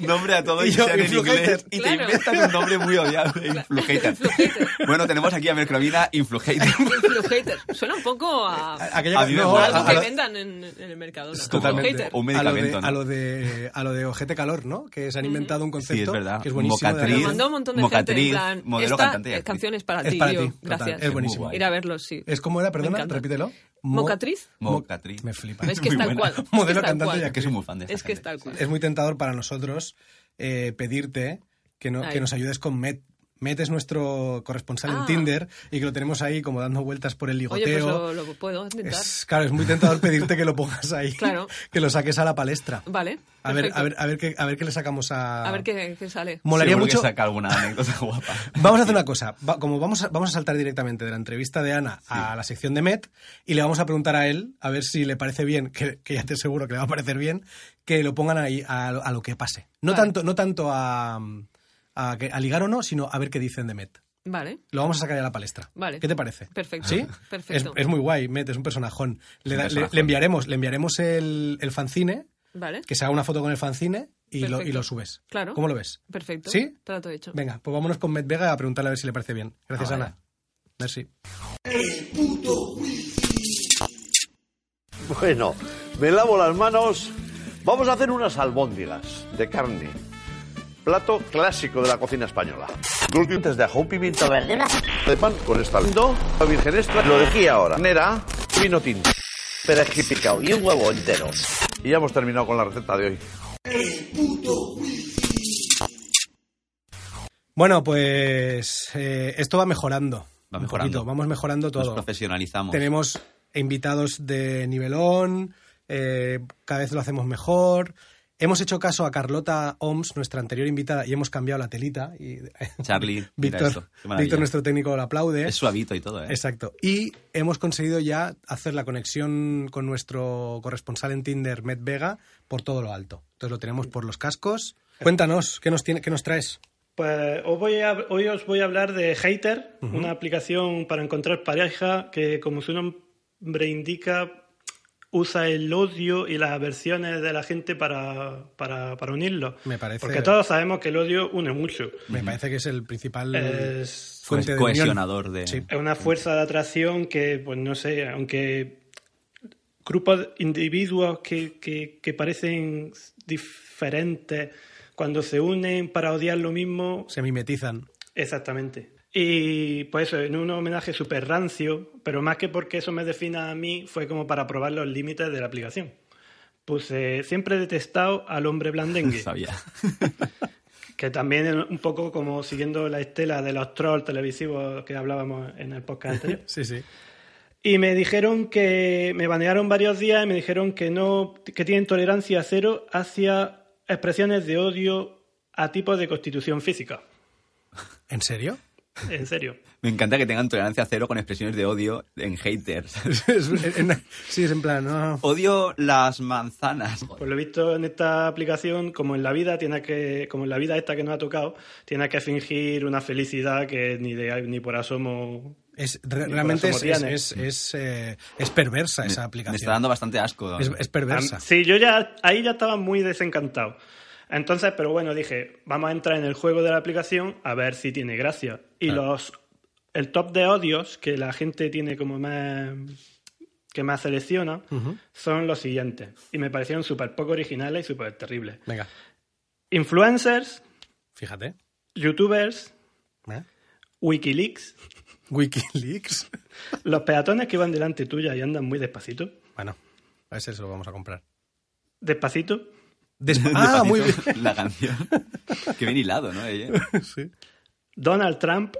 [SPEAKER 2] nombre a todo y,
[SPEAKER 1] Y yo,
[SPEAKER 2] sea en
[SPEAKER 1] influhater.
[SPEAKER 2] inglés. Y
[SPEAKER 4] Claro.
[SPEAKER 2] te inventas un nombre muy odiable, influhater.
[SPEAKER 4] Influhater.
[SPEAKER 2] Bueno, tenemos aquí a Mercromina, influhater.
[SPEAKER 4] Influhater. Suena un poco a, a
[SPEAKER 1] Aquella
[SPEAKER 2] A mí me
[SPEAKER 1] no,
[SPEAKER 2] mola.
[SPEAKER 1] Eh, a-
[SPEAKER 4] algo
[SPEAKER 1] a-
[SPEAKER 4] que vendan en, en el mercado. ¿no?
[SPEAKER 1] Totalmente.
[SPEAKER 4] Influhater.
[SPEAKER 2] O un
[SPEAKER 1] a lo de-
[SPEAKER 2] medicamento, ¿no?
[SPEAKER 1] A lo, de, a lo de ojete calor, ¿no? Que se han inventado un
[SPEAKER 2] Sí,
[SPEAKER 1] concepto
[SPEAKER 2] es verdad.
[SPEAKER 1] que es buenísimo. de
[SPEAKER 2] Mocatriz.
[SPEAKER 4] Me
[SPEAKER 1] verdad.
[SPEAKER 4] lo mandó un montón de
[SPEAKER 2] Mocatriz,
[SPEAKER 4] gente en plan,
[SPEAKER 2] modelo,
[SPEAKER 4] esta
[SPEAKER 2] cantante y actriz.
[SPEAKER 4] canción es para
[SPEAKER 1] Es
[SPEAKER 4] ti,
[SPEAKER 1] para
[SPEAKER 4] yo,
[SPEAKER 1] ti, total,
[SPEAKER 4] gracias.
[SPEAKER 1] es
[SPEAKER 2] buenísimo.
[SPEAKER 4] Ir a verlos, sí.
[SPEAKER 1] Es como era,
[SPEAKER 4] Me
[SPEAKER 1] perdona,
[SPEAKER 4] encanta.
[SPEAKER 1] repítelo. Mo-
[SPEAKER 4] ¿Mocatriz?
[SPEAKER 1] mo-
[SPEAKER 2] Mocatriz.
[SPEAKER 1] Me flipa.
[SPEAKER 4] Es que
[SPEAKER 2] muy
[SPEAKER 4] es tal
[SPEAKER 2] buena.
[SPEAKER 4] cual. es que
[SPEAKER 1] Modelo,
[SPEAKER 4] es tal
[SPEAKER 1] cantante
[SPEAKER 4] cual.
[SPEAKER 1] y
[SPEAKER 2] Es que soy muy fan de esta
[SPEAKER 4] Es que es
[SPEAKER 2] gente.
[SPEAKER 4] tal cual.
[SPEAKER 1] Es muy tentador para nosotros eh, pedirte que, no, que
[SPEAKER 4] Ay.
[SPEAKER 1] nos ayudes con Met. Met es nuestro corresponsal en
[SPEAKER 4] Ah.
[SPEAKER 1] Tinder y que lo tenemos ahí como dando vueltas por el
[SPEAKER 4] Oye, pues
[SPEAKER 1] ligoteo.
[SPEAKER 4] lo, lo puedo intentar.
[SPEAKER 1] Es- claro, es muy tentador pedirte que lo pongas ahí,
[SPEAKER 4] Claro.
[SPEAKER 1] que lo saques a la palestra.
[SPEAKER 4] Vale.
[SPEAKER 1] A ver,
[SPEAKER 4] perfecto.
[SPEAKER 1] a ver, a ver qué, a ver qué le sacamos a.
[SPEAKER 4] A ver qué, qué sale.
[SPEAKER 1] Molaría
[SPEAKER 2] Seguro que
[SPEAKER 1] mucho.
[SPEAKER 2] saca alguna anécdota guapa.
[SPEAKER 1] Vamos a hacer una cosa. Va- como vamos a, vamos a saltar directamente de la entrevista de Ana a la sección de Met y le vamos a preguntar a él, a ver si le parece bien, que, que ya te seguro que le va a parecer bien, que lo pongan ahí a, lo- a lo que pase. No
[SPEAKER 4] Vale.
[SPEAKER 1] tanto, no tanto a, a que- a ligar o no, sino a ver qué dicen de Met.
[SPEAKER 4] Vale.
[SPEAKER 1] Lo vamos a sacar ya a la palestra.
[SPEAKER 4] Vale.
[SPEAKER 1] ¿Qué te parece?
[SPEAKER 4] Perfecto.
[SPEAKER 1] ¿Sí?
[SPEAKER 4] Perfecto.
[SPEAKER 1] Es, es muy guay, Met, es un personajón. Le,
[SPEAKER 2] un
[SPEAKER 1] da- le-
[SPEAKER 2] personajón.
[SPEAKER 1] le enviaremos, le enviaremos el, el fanzine,
[SPEAKER 4] Vale.
[SPEAKER 1] que se haga una foto con el fanzine y, lo, y
[SPEAKER 4] Perfecto.
[SPEAKER 1] lo subes.
[SPEAKER 4] Claro.
[SPEAKER 1] ¿Cómo lo ves?
[SPEAKER 4] Perfecto.
[SPEAKER 1] ¿Sí?
[SPEAKER 4] Trato hecho.
[SPEAKER 1] Venga, pues vámonos con Met Vega a preguntarle a ver si le parece bien. Gracias,
[SPEAKER 2] Ah, vale.
[SPEAKER 1] Ana. Merci.
[SPEAKER 5] Bueno, me lavo las manos. Vamos a hacer unas albóndigas de carne. Plato clásico de la cocina española. Dulces de ajo, pimiento verde, de pan con estaldo, la virgen extra, lo de aquí ahora, nera, vino tinto, perejil picado y un huevo entero. Y ya hemos terminado con la receta de hoy.
[SPEAKER 1] Bueno, pues eh, esto va mejorando.
[SPEAKER 2] Va
[SPEAKER 1] un
[SPEAKER 2] mejorando.
[SPEAKER 1] poquito, Vamos mejorando
[SPEAKER 2] Nos
[SPEAKER 1] todo.
[SPEAKER 2] profesionalizamos.
[SPEAKER 1] Tenemos invitados de nivelón, eh, cada vez lo hacemos mejor. Hemos hecho caso a Carlota Oms, nuestra anterior invitada, y hemos cambiado la telita. Y...
[SPEAKER 2] Charlie, mira esto,
[SPEAKER 1] Víctor,
[SPEAKER 2] qué maravilla.
[SPEAKER 1] Víctor, nuestro técnico, lo aplaude.
[SPEAKER 2] Es suavito y todo, ¿eh?
[SPEAKER 1] Exacto. Y hemos conseguido ya hacer la conexión con nuestro corresponsal en Tinder, Med Vega, por todo lo alto. Entonces lo tenemos por los cascos. Cuéntanos, ¿qué nos, tiene, qué nos traes?
[SPEAKER 6] Pues os voy a- hoy os voy a hablar de Hater, una aplicación para encontrar pareja que, como su nombre indica, usa el odio y las aversiones de la gente para, para, para unirlo.
[SPEAKER 1] Me parece-
[SPEAKER 6] Porque todos sabemos que el odio une mucho.
[SPEAKER 1] Me parece que es el principal
[SPEAKER 6] Es-
[SPEAKER 1] fuente de unión.
[SPEAKER 2] cohesionador de...
[SPEAKER 1] Sí.
[SPEAKER 6] es una fuerza de atracción que, pues no sé, aunque grupos, individuos que, que- que parecen diferentes, cuando se unen para odiar lo mismo,
[SPEAKER 1] Se mimetizan.
[SPEAKER 6] Exactamente. Y pues eso, en un homenaje súper rancio, pero más que porque eso me defina a mí, fue como para probar los límites de la aplicación. Puse, siempre he detestado al hombre blandengue,
[SPEAKER 2] Sabía.
[SPEAKER 6] que también es un poco como siguiendo la estela de los trolls televisivos que hablábamos en el podcast anterior.
[SPEAKER 1] Sí, sí.
[SPEAKER 6] Y me dijeron que me banearon varios días y me dijeron que no, que tienen tolerancia cero hacia expresiones de odio a tipos de constitución física.
[SPEAKER 1] ¿En serio?
[SPEAKER 6] En serio.
[SPEAKER 2] Me encanta que tengan tolerancia cero con expresiones de odio en haters.
[SPEAKER 1] Es- en- sí, es en plan. no.
[SPEAKER 2] Odio las manzanas.
[SPEAKER 6] Por Pues lo visto en esta aplicación, como en la vida, tienes que, como en la vida esta que nos ha tocado, tienes que fingir una felicidad que ni de ni por asomo.
[SPEAKER 1] Es, re- realmente es,
[SPEAKER 6] corazón
[SPEAKER 1] es,
[SPEAKER 6] lo tiene.
[SPEAKER 1] es, es, eh, es perversa esa
[SPEAKER 2] Me está
[SPEAKER 1] aplicación.
[SPEAKER 2] dando bastante asco.
[SPEAKER 1] Es, es perversa.
[SPEAKER 6] Sí, yo ya ahí ya estaba muy desencantado. Entonces, pero bueno, dije, vamos a entrar en el juego de la aplicación a ver si tiene gracia. Y los el top de odios que la gente tiene como más que más selecciona son los siguientes. Y me parecieron súper poco originales y súper terribles.
[SPEAKER 1] Venga,
[SPEAKER 6] Influencers,
[SPEAKER 1] fíjate.
[SPEAKER 6] youtubers,
[SPEAKER 1] ¿eh?
[SPEAKER 6] Wikileaks,
[SPEAKER 1] Wikileaks.
[SPEAKER 6] los peatones que van delante tuya y andan muy despacito,
[SPEAKER 1] Bueno, a ese se lo vamos a comprar.
[SPEAKER 6] despacito,
[SPEAKER 1] Despa-
[SPEAKER 2] Despacito,
[SPEAKER 1] ah, muy bien.
[SPEAKER 2] La canción. Qué bien hilado, ¿no? Ella?
[SPEAKER 1] Sí.
[SPEAKER 6] Donald Trump,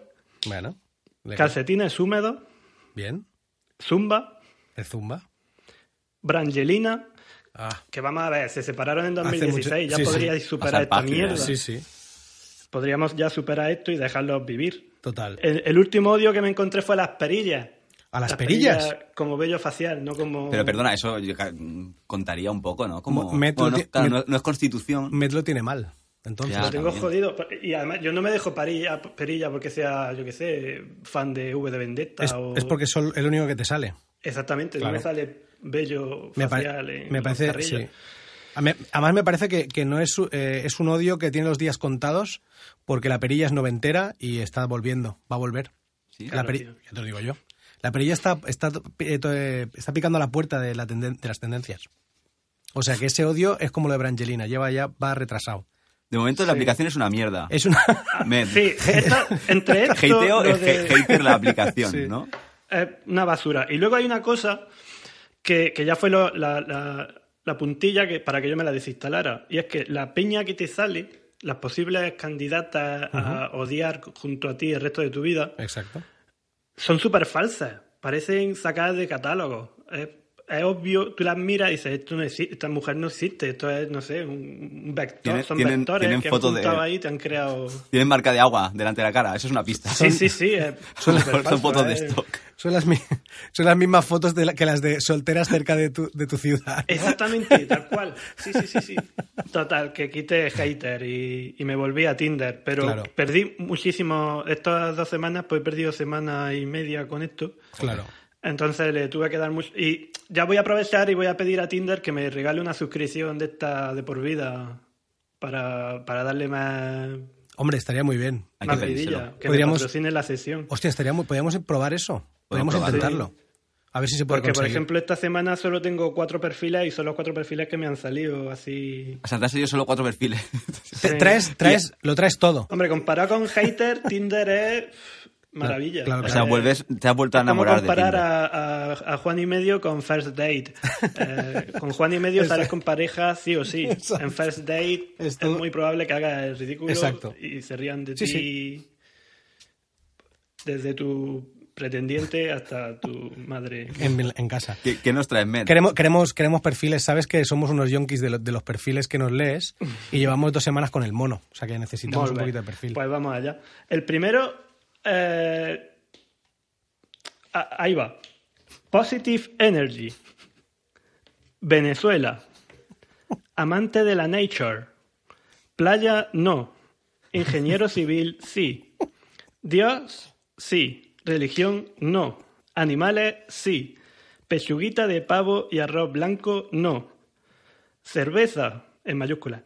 [SPEAKER 1] Bueno. legal.
[SPEAKER 6] calcetines húmedos,
[SPEAKER 1] Bien.
[SPEAKER 6] Zumba,
[SPEAKER 1] El Zumba.
[SPEAKER 6] Brangelina,
[SPEAKER 1] Ah,
[SPEAKER 6] que vamos a ver, se separaron en
[SPEAKER 1] Hace
[SPEAKER 6] 2016,
[SPEAKER 1] mucho-
[SPEAKER 6] ya
[SPEAKER 1] sí, sí.
[SPEAKER 6] podríais superar
[SPEAKER 2] Pasar
[SPEAKER 6] esta
[SPEAKER 2] página,
[SPEAKER 6] mierda.
[SPEAKER 1] sí, sí.
[SPEAKER 6] Podríamos ya superar esto y dejarlos vivir.
[SPEAKER 1] Total.
[SPEAKER 6] Eh, El, el último odio que me encontré fue las perillas.
[SPEAKER 1] A las, perillas.
[SPEAKER 6] Como vello facial, no como.
[SPEAKER 2] Pero perdona, eso yo ca- mm, contaría un poco, ¿no? Como,
[SPEAKER 1] Oh. Mo- Metro
[SPEAKER 2] bueno, no,
[SPEAKER 1] ti-
[SPEAKER 2] claro,
[SPEAKER 1] met-
[SPEAKER 2] no- no es constitución.
[SPEAKER 1] Met lo tiene mal. Entonces,
[SPEAKER 2] Ya.
[SPEAKER 6] Lo tengo
[SPEAKER 2] también.
[SPEAKER 6] jodido. Y además, yo no me dejo parilla- perilla porque sea, yo qué sé, fan de V de Vendetta
[SPEAKER 1] es,
[SPEAKER 6] o.
[SPEAKER 1] es porque es el el único que te sale.
[SPEAKER 6] Exactamente,
[SPEAKER 1] Claro.
[SPEAKER 6] no me sale bello
[SPEAKER 1] Me, pare-
[SPEAKER 6] facial. en
[SPEAKER 1] me
[SPEAKER 6] los
[SPEAKER 1] parece.
[SPEAKER 6] carrillos.
[SPEAKER 1] sí. A me- Además, me parece que, que no es, su- eh, es un odio que tiene los días contados porque la perilla es noventera y está volviendo, va a volver.
[SPEAKER 2] Sí,
[SPEAKER 1] La
[SPEAKER 6] claro,
[SPEAKER 1] peri-
[SPEAKER 6] tío.
[SPEAKER 1] ya te lo digo yo. La perilla está, está, eh, to- eh, está picando a la puerta de, la tenden- de las tendencias. O sea que ese odio es como lo de Brangelina, lleva ya, va retrasado.
[SPEAKER 2] De momento la aplicación es una mierda.
[SPEAKER 1] Es una.
[SPEAKER 2] Met.
[SPEAKER 6] Sí, esta- entre esto,
[SPEAKER 2] Hateo
[SPEAKER 6] lo
[SPEAKER 2] es
[SPEAKER 6] de-
[SPEAKER 2] ha- hater la aplicación,
[SPEAKER 1] Sí.
[SPEAKER 2] ¿no?
[SPEAKER 6] es una basura. Y luego hay una cosa que, que ya fue lo- la, la- la puntilla que, para que yo me la desinstalara. Y es que la peña que te sale, las posibles candidatas a odiar junto a ti el resto de tu vida,
[SPEAKER 1] Exacto.
[SPEAKER 6] son súper falsas. Parecen sacadas de catálogo. Es, es obvio, tú las miras y dices, esto no exi- esta mujer no existe, esto es, no sé, un un vector,
[SPEAKER 2] Tienen-
[SPEAKER 6] son
[SPEAKER 2] tienen-
[SPEAKER 6] vectores
[SPEAKER 2] tienen
[SPEAKER 6] que han
[SPEAKER 2] fotos de-
[SPEAKER 6] juntado ahí y te han creado...
[SPEAKER 2] Tienen marca de agua delante de la cara, eso es una pista.
[SPEAKER 6] Sí, sí, sí. es
[SPEAKER 2] Son,
[SPEAKER 6] súper falso,
[SPEAKER 2] son fotos de
[SPEAKER 6] es-
[SPEAKER 2] stock.
[SPEAKER 1] Son las, mi- son las mismas fotos de la- que las de solteras cerca de tu, de tu ciudad.
[SPEAKER 6] Exactamente, tal cual. Sí, sí, sí, sí. Total, que quité hater y, y me volví a Tinder. Pero
[SPEAKER 1] Claro.
[SPEAKER 6] perdí muchísimo. Estas dos semanas, pues he perdido semana y media con esto.
[SPEAKER 1] Claro.
[SPEAKER 6] Entonces le tuve que dar mucho. Y ya voy a aprovechar y voy a pedir a Tinder que me regale una suscripción de esta de por vida para, para darle más,
[SPEAKER 1] Hombre, estaría muy bien.
[SPEAKER 2] Hay que
[SPEAKER 6] más
[SPEAKER 2] pedírselo.
[SPEAKER 6] vidilla. Que
[SPEAKER 1] Podríamos-
[SPEAKER 6] me patrocine la sesión.
[SPEAKER 1] Hostia, estaría muy, podríamos probar eso. Podríamos
[SPEAKER 2] Podemos probarlo.
[SPEAKER 1] intentarlo. A ver si se puede
[SPEAKER 6] Porque, por
[SPEAKER 1] conseguir.
[SPEAKER 6] ejemplo, esta semana solo tengo cuatro perfiles y son los cuatro perfiles que me han salido así.
[SPEAKER 2] O sea, te han salido solo cuatro perfiles.
[SPEAKER 1] Te-
[SPEAKER 6] Sí.
[SPEAKER 1] traes, traes, lo traes todo.
[SPEAKER 6] Hombre, comparado con hater, Tinder es maravilla.
[SPEAKER 1] Claro,
[SPEAKER 2] o
[SPEAKER 1] claro.
[SPEAKER 2] sea,
[SPEAKER 6] Eh,
[SPEAKER 2] vuelves, te has vuelto a
[SPEAKER 6] es como
[SPEAKER 2] enamorar de
[SPEAKER 6] comparar
[SPEAKER 2] Tinder.
[SPEAKER 6] a, a- a Juan y medio con First Date. Eh, con Juan y medio sales con pareja sí o sí. En First Date
[SPEAKER 1] Es
[SPEAKER 6] es,
[SPEAKER 1] todo-
[SPEAKER 6] muy probable que hagas el ridículo
[SPEAKER 1] Exacto.
[SPEAKER 6] y se rían de
[SPEAKER 1] Sí,
[SPEAKER 6] ti desde tu pretendiente hasta tu madre.
[SPEAKER 1] En, en casa.
[SPEAKER 2] ¿Qué, qué nos traes, Met?
[SPEAKER 1] Queremos, queremos, queremos perfiles. Sabes que somos unos yonkis de, lo- de los perfiles que nos lees y llevamos dos semanas con el mono. O sea que necesitamos un
[SPEAKER 6] Molt bé.
[SPEAKER 1] poquito de perfil.
[SPEAKER 6] Pues vamos allá. El primero. eh, a- ahí va. Positive Energy. Venezuela. Amante de la nature. Playa, no. Ingeniero civil, sí. Dios, sí. Religión, no. Animales, sí. Pechuguita de pavo y arroz blanco, no. Cerveza, en mayúscula.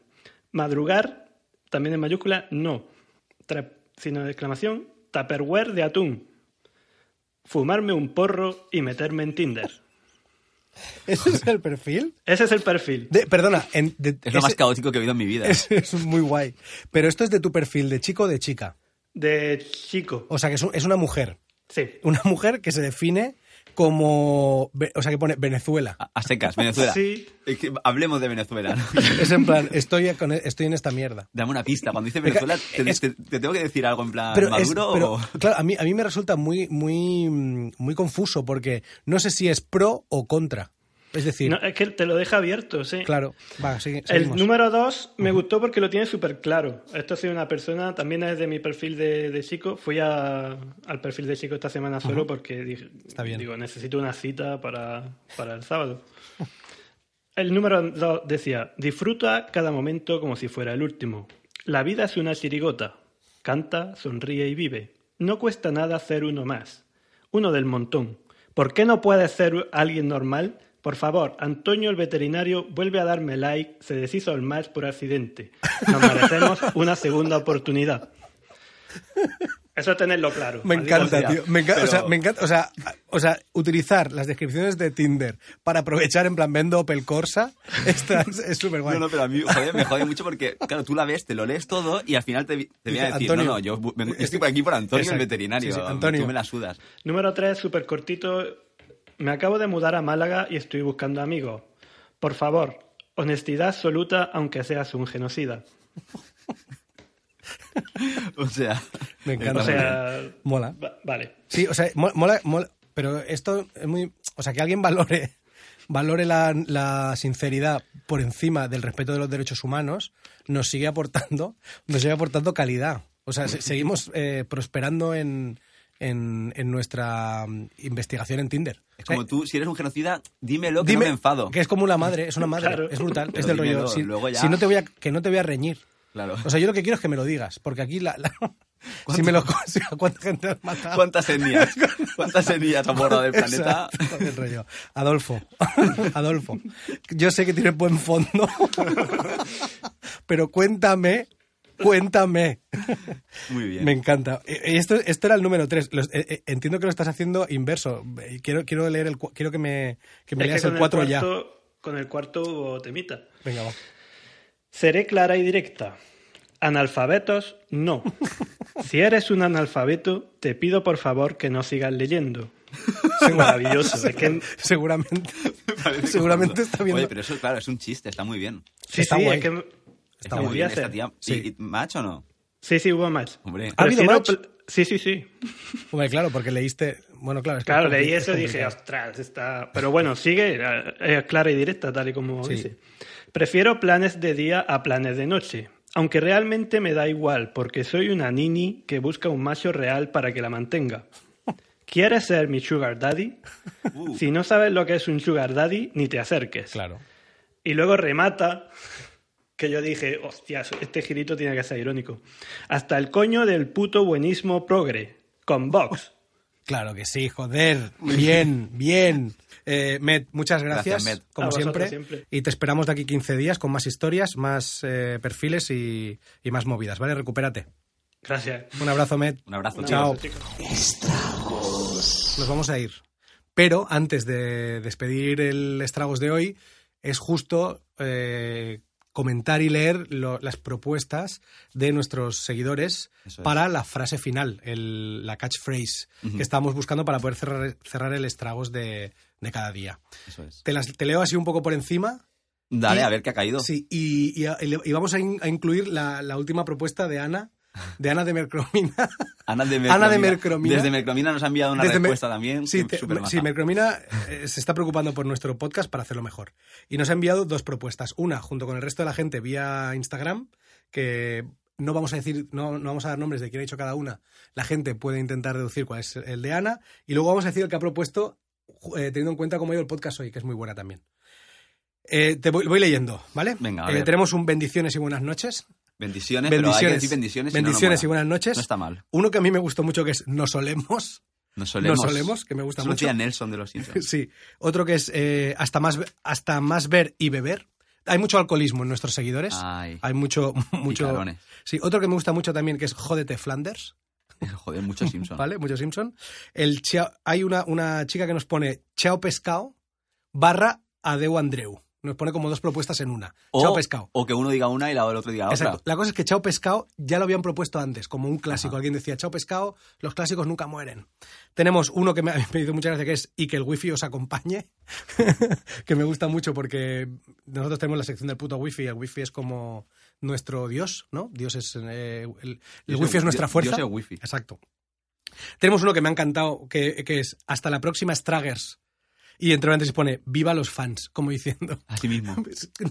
[SPEAKER 6] Madrugar, también en mayúscula, no. Tra- sino de exclamación, Tupperware de atún. Fumarme un porro y meterme en Tinder.
[SPEAKER 1] ¿Ese es el perfil?
[SPEAKER 6] Ese es el perfil.
[SPEAKER 1] De- perdona, en- de-
[SPEAKER 2] Es lo más
[SPEAKER 1] ese-
[SPEAKER 2] caótico que he oído en mi vida.
[SPEAKER 1] ese es muy guay. Pero esto es de tu perfil, de chico o de chica.
[SPEAKER 6] De chico.
[SPEAKER 1] O sea que es, un- es una mujer.
[SPEAKER 6] Sí.
[SPEAKER 1] Una mujer que se define como. ve- O sea que pone Venezuela.
[SPEAKER 2] A, a secas, Venezuela.
[SPEAKER 6] Sí.
[SPEAKER 2] Es que Hablemos de Venezuela. ¿no?
[SPEAKER 1] Es en plan, estoy, con- e, estoy en esta mierda.
[SPEAKER 2] Dame una pista. Cuando dice Venezuela, te,
[SPEAKER 1] es-
[SPEAKER 2] te- te tengo que decir algo en plan
[SPEAKER 1] pero es-
[SPEAKER 2] Ah, maduro
[SPEAKER 1] pero,
[SPEAKER 2] o...
[SPEAKER 1] claro, a mí, a mí me resulta muy, muy, mm, muy confuso porque no sé si es pro o contra. Es decir,
[SPEAKER 6] No,
[SPEAKER 2] eh,
[SPEAKER 6] es que te lo deja abierto, sí.
[SPEAKER 1] claro, va, sigue-
[SPEAKER 6] El
[SPEAKER 1] seguimos.
[SPEAKER 6] número dos me gustó porque lo tiene súper claro. Esto ha sido una persona, también es de mi perfil de, de chico. Fui a- al perfil de chico esta semana solo porque dije,
[SPEAKER 1] Está bien.
[SPEAKER 6] digo, necesito una cita para, para el sábado. El número dos decía, disfruta cada momento como si fuera el último. La vida es una chirigota. Canta, sonríe y vive. No cuesta nada ser uno más. Uno del montón. ¿Por qué no puedes ser alguien normal? Por favor, Antonio el veterinario vuelve a darme like, se deshizo el match por accidente. Nos merecemos una segunda oportunidad. Eso es tenerlo claro.
[SPEAKER 1] Me
[SPEAKER 6] Adiós.
[SPEAKER 1] encanta,
[SPEAKER 2] Hostia,
[SPEAKER 1] tío. Me encanta, o sea,
[SPEAKER 2] pero-
[SPEAKER 1] me encanta, o sea, a- o sea, utilizar las descripciones de Tinder para aprovechar en plan vendo Opel Corsa, esta es- es súper guay.
[SPEAKER 2] No, no, pero a mí joder, me jode mucho porque, claro, tú la ves, te lo lees todo y al final te, vi- te viene a
[SPEAKER 1] Dice,
[SPEAKER 2] decir,
[SPEAKER 1] Antonio.
[SPEAKER 2] no, no, yo, bu- me- yo estoy por aquí por Antonio,
[SPEAKER 1] Exacto.
[SPEAKER 2] el veterinario.
[SPEAKER 1] Sí, sí, Antonio.
[SPEAKER 2] Tú me la sudas.
[SPEAKER 6] Número 3, súper cortito. Me acabo de mudar a Málaga y estoy buscando amigos. Por favor, honestidad absoluta aunque seas un genocida.
[SPEAKER 2] O sea...
[SPEAKER 1] Me encanta.
[SPEAKER 6] O
[SPEAKER 2] está muy bien.
[SPEAKER 6] sea,
[SPEAKER 1] Mola.
[SPEAKER 6] va- vale.
[SPEAKER 1] Sí, o sea, mo- mola, mola, pero esto es muy, o sea, que alguien valore valore la, la sinceridad por encima del respeto de los derechos humanos nos sigue aportando nos sigue aportando calidad o sea se- seguimos eh, prosperando en, en, en nuestra mm, investigación en Tinder.
[SPEAKER 2] Es
[SPEAKER 1] O sea,
[SPEAKER 2] como tú, si eres un genocida, dímelo que no me enfado.
[SPEAKER 1] eh, Que es como una madre, es una madre,
[SPEAKER 6] Claro.
[SPEAKER 1] es brutal,
[SPEAKER 2] Pero
[SPEAKER 1] es del rollo.
[SPEAKER 2] dímelo,
[SPEAKER 1] Si,
[SPEAKER 2] luego ya.
[SPEAKER 1] si no te voy a, que no te voy a reñir.
[SPEAKER 2] Claro.
[SPEAKER 1] O sea, yo lo que quiero es que me lo digas, porque aquí la, la- si me lo consigo, ¿cuánta gente has matado?
[SPEAKER 2] ¿Cuántas etnias? ¿Cuántas etnias has borrado del planeta?
[SPEAKER 1] Exacto, del rollo. Adolfo, Adolfo, yo sé que tienes buen fondo, pero cuéntame, cuéntame.
[SPEAKER 2] Muy bien.
[SPEAKER 1] Me encanta. Eh, eh, Esto, esto era el número 3. e, Entiendo que lo estás haciendo inverso. Eh, Quiero, quiero leer el cua- quiero que me, que me
[SPEAKER 6] Es que
[SPEAKER 1] leas
[SPEAKER 6] con
[SPEAKER 1] el 4 ya.
[SPEAKER 6] cuarto- Con el cuarto hubo temita.
[SPEAKER 1] Venga, va.
[SPEAKER 6] Seré clara y directa. Analfabetos, no. Si eres un analfabeto, te pido por favor que no sigas leyendo. Es maravilloso. Es que,
[SPEAKER 1] Seguramente.
[SPEAKER 2] Parece
[SPEAKER 1] seguramente
[SPEAKER 2] como-
[SPEAKER 1] está viendo-
[SPEAKER 2] Oye, pero eso, claro, es un chiste, está muy bien.
[SPEAKER 6] sí,
[SPEAKER 1] Está
[SPEAKER 6] sí,
[SPEAKER 1] guay.
[SPEAKER 6] es que-
[SPEAKER 2] Está,
[SPEAKER 6] muy
[SPEAKER 2] muy bien
[SPEAKER 6] bien.
[SPEAKER 2] esta tía. ¿Y-
[SPEAKER 1] Sí.
[SPEAKER 2] y match o no?
[SPEAKER 6] sí, sí, hubo match.
[SPEAKER 2] Hombre.
[SPEAKER 1] ¿Ha habido
[SPEAKER 6] Prefiero
[SPEAKER 1] match?
[SPEAKER 6] pl- Sí, sí, sí.
[SPEAKER 1] Hombre, claro, porque leíste. Bueno, claro, es que
[SPEAKER 6] Claro,
[SPEAKER 1] es compli-
[SPEAKER 6] leí
[SPEAKER 1] es
[SPEAKER 6] eso y dije,
[SPEAKER 1] complicado.
[SPEAKER 6] ostras, está... Pero bueno, sigue, eh, es clara y directa, tal y como
[SPEAKER 1] Sí.
[SPEAKER 6] dice. Prefiero planes de día a planes de noche. Aunque realmente me da igual, porque soy una nini que busca un macho real para que la mantenga. ¿Quieres ser mi sugar daddy?
[SPEAKER 2] Uh,
[SPEAKER 6] Si no sabes lo que es un sugar daddy, ni te acerques.
[SPEAKER 1] Claro.
[SPEAKER 6] Y luego remata, que yo dije, hostias, este girito tiene que ser irónico. Hasta el coño del puto buenismo progre, con Vox.
[SPEAKER 1] Claro que sí, joder. Bien, bien. Eh, Met, muchas gracias,
[SPEAKER 2] Gracias, Met.
[SPEAKER 1] como
[SPEAKER 6] A
[SPEAKER 1] siempre.
[SPEAKER 6] vosotros siempre.
[SPEAKER 1] Y te esperamos de aquí 15 días con más historias, más eh, perfiles y, y más movidas, ¿vale? Recupérate.
[SPEAKER 6] Gracias.
[SPEAKER 1] Un abrazo, Met.
[SPEAKER 2] un abrazo, tío.
[SPEAKER 1] Chao.
[SPEAKER 6] chicos.
[SPEAKER 1] Nos vamos a ir. Pero antes de despedir el estragos de hoy, es justo eh, comentar y leer lo- las propuestas de nuestros seguidores
[SPEAKER 2] Eso es.
[SPEAKER 1] para la frase final, el- la catchphrase que estamos buscando para poder cerrar, cerrar el estragos de, de cada día.
[SPEAKER 2] Eso es.
[SPEAKER 1] Te, las, te leo así un poco por encima.
[SPEAKER 2] Dale,
[SPEAKER 1] Y-
[SPEAKER 2] a ver qué ha caído.
[SPEAKER 1] Sí, y, y- y vamos a, in- a incluir la, la última propuesta de Ana, de Ana de Mercromina.
[SPEAKER 2] Ana de Mercromina.
[SPEAKER 1] Ana de Mercromina.
[SPEAKER 2] Desde Mercromina nos ha enviado una
[SPEAKER 1] Desde me-
[SPEAKER 2] respuesta también.
[SPEAKER 1] Sí,
[SPEAKER 2] que-
[SPEAKER 1] te-
[SPEAKER 2] súper maja.
[SPEAKER 1] sí, Mercromina eh, se está preocupando por nuestro podcast para hacerlo mejor. Y nos ha enviado dos propuestas. Una, junto con el resto de la gente, vía Instagram, que no vamos a decir, no, no vamos a dar nombres de quién ha hecho cada una. La gente puede intentar deducir cuál es el de Ana. Y luego vamos a decir el que ha propuesto, ju- eh, teniendo en cuenta cómo ha ido el podcast hoy, que es muy buena también. Eh, te voy, voy leyendo, ¿vale?
[SPEAKER 2] Venga, a
[SPEAKER 1] Eh,
[SPEAKER 2] ver.
[SPEAKER 1] tenemos un bendiciones y buenas noches.
[SPEAKER 2] Bendiciones, pero hay que
[SPEAKER 1] bendiciones.
[SPEAKER 2] decir bendiciones. si no, no
[SPEAKER 1] Bendiciones y
[SPEAKER 2] mola.
[SPEAKER 1] buenas noches.
[SPEAKER 2] No está mal.
[SPEAKER 1] Uno que a mí me gustó mucho que es Nos solemos.
[SPEAKER 2] Nos solemos.
[SPEAKER 1] Nos solemos, que me gusta
[SPEAKER 2] Eso lo
[SPEAKER 1] mucho.
[SPEAKER 2] decía Nelson de los Simpsons.
[SPEAKER 1] Sí. Otro que es eh, hasta, más, be- hasta más ver y beber. Hay mucho alcoholismo en nuestros seguidores.
[SPEAKER 2] Ay,
[SPEAKER 1] Hay mucho, mucho.
[SPEAKER 2] Picarones.
[SPEAKER 1] Sí, otro que me gusta mucho también que es Jódete Flanders,
[SPEAKER 2] joder, mucho Simpson.
[SPEAKER 1] ¿vale? Mucho Simpson. El chao- hay una, una chica que nos pone Chao Pescao barra Adeu Andreu. Nos pone como dos propuestas en una.
[SPEAKER 2] O,
[SPEAKER 1] chao Pescao.
[SPEAKER 2] o que uno diga una y la el otro diga otra.
[SPEAKER 1] Exacto. La cosa es que Chao Pescao ya lo habían propuesto antes, como un clásico. Alguien decía, Chao Pescao, los clásicos nunca mueren. Tenemos uno que me ha pedido muchas gracias, que es Y que el wifi os acompañe, que me gusta mucho porque nosotros tenemos la sección del puto wifi y el wifi es como nuestro Dios, ¿no? Dios es... eh, el- el
[SPEAKER 2] Yo
[SPEAKER 1] wifi
[SPEAKER 2] soy-
[SPEAKER 1] es nuestra
[SPEAKER 2] yo-
[SPEAKER 1] fuerza.
[SPEAKER 2] Yo soy wifi.
[SPEAKER 1] Exacto. Tenemos uno que me ha encantado, que, que es Hasta la próxima, Straggers. Y entre paréntesis pone Viva los fans, como diciendo... pues,
[SPEAKER 2] Así mismo.
[SPEAKER 1] No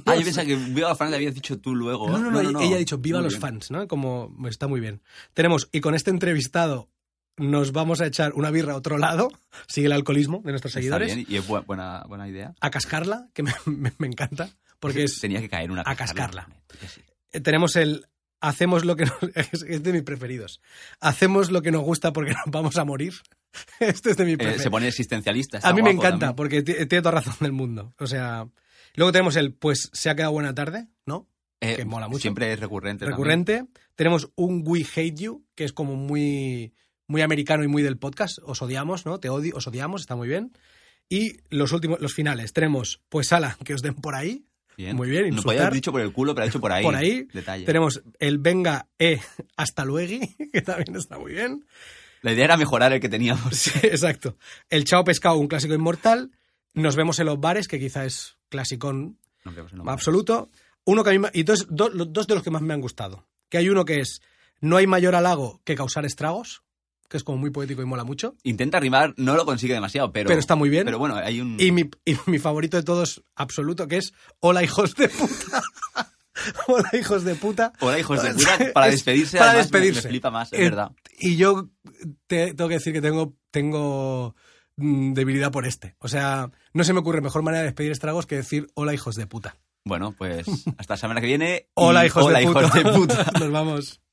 [SPEAKER 2] Ah, yo
[SPEAKER 1] sé.
[SPEAKER 2] pensaba que Viva la Fran le habías dicho tú luego.
[SPEAKER 1] No, no, no, ella ha dicho viva
[SPEAKER 2] Muy
[SPEAKER 1] los
[SPEAKER 2] bien.
[SPEAKER 1] fans, ¿no? Como está muy bien. Tenemos, y con este entrevistado nos vamos a echar una birra a otro lado, sigue el alcoholismo de nuestros
[SPEAKER 2] Está
[SPEAKER 1] seguidores,
[SPEAKER 2] bien, y es bu- buena, buena idea.
[SPEAKER 1] a cascarla, que me, me- me encanta, porque es-
[SPEAKER 2] Tenía que caer una
[SPEAKER 1] a cascarla.
[SPEAKER 2] Que sí.
[SPEAKER 1] eh, tenemos el hacemos lo que nos, es, es de mis preferidos, hacemos lo que nos gusta porque nos vamos a morir, este es de mi
[SPEAKER 2] Eh, se
[SPEAKER 1] preferido.
[SPEAKER 2] pone existencialista. está
[SPEAKER 1] a mí me
[SPEAKER 2] guapo
[SPEAKER 1] encanta,
[SPEAKER 2] también.
[SPEAKER 1] porque ti- tiene toda razón del mundo, o sea... Luego tenemos el, pues se ha quedado buena tarde, ¿no?
[SPEAKER 2] Eh,
[SPEAKER 1] que mola mucho.
[SPEAKER 2] Siempre es recurrente. también.
[SPEAKER 1] recurrente. Tenemos un We Hate You, que es como muy, muy americano y muy del podcast. Os odiamos, ¿no? Te odio, os odiamos, está muy bien. Y los últimos, los finales. Tenemos, pues ala, que os den por ahí.
[SPEAKER 2] Bien.
[SPEAKER 1] Muy bien,
[SPEAKER 2] No
[SPEAKER 1] insultar.
[SPEAKER 2] podía haber dicho por el culo, pero ha dicho por ahí.
[SPEAKER 1] Por ahí.
[SPEAKER 2] Detalle.
[SPEAKER 1] Tenemos el venga, eh, hasta luego, que también está muy bien.
[SPEAKER 2] La idea era mejorar el que teníamos.
[SPEAKER 1] Sí, exacto. El chao pescado, un clásico inmortal. Nos vemos en los bares, que quizá es clasicón
[SPEAKER 2] No, pero eso no
[SPEAKER 1] absoluto. Uno que a mí me- y dos, dos- los- dos de los que más me han gustado. Que hay uno que es no hay mayor halago que causar estragos, que es como muy poético y mola mucho.
[SPEAKER 2] Intenta rimar, no lo consigue demasiado, pero.
[SPEAKER 1] Pero está muy bien.
[SPEAKER 2] Pero bueno, hay un.
[SPEAKER 1] Y mi, y mi favorito de todos absoluto que es hola hijos de puta. hola hijos de puta.
[SPEAKER 2] Hola, hijos de puta, para
[SPEAKER 1] Es-
[SPEAKER 2] despedirse,
[SPEAKER 1] para
[SPEAKER 2] además, me- me
[SPEAKER 1] despedirse.
[SPEAKER 2] flipa más, es
[SPEAKER 1] Eh,
[SPEAKER 2] verdad.
[SPEAKER 1] Y yo te- tengo que decir que tengo, tengo mm, debilidad por este. O sea, no se me ocurre mejor manera de despedir estragos que decir hola hijos de puta.
[SPEAKER 2] Bueno, pues hasta la semana que viene. y
[SPEAKER 1] Hola hijos de puta.
[SPEAKER 2] de puta.
[SPEAKER 1] Nos vamos.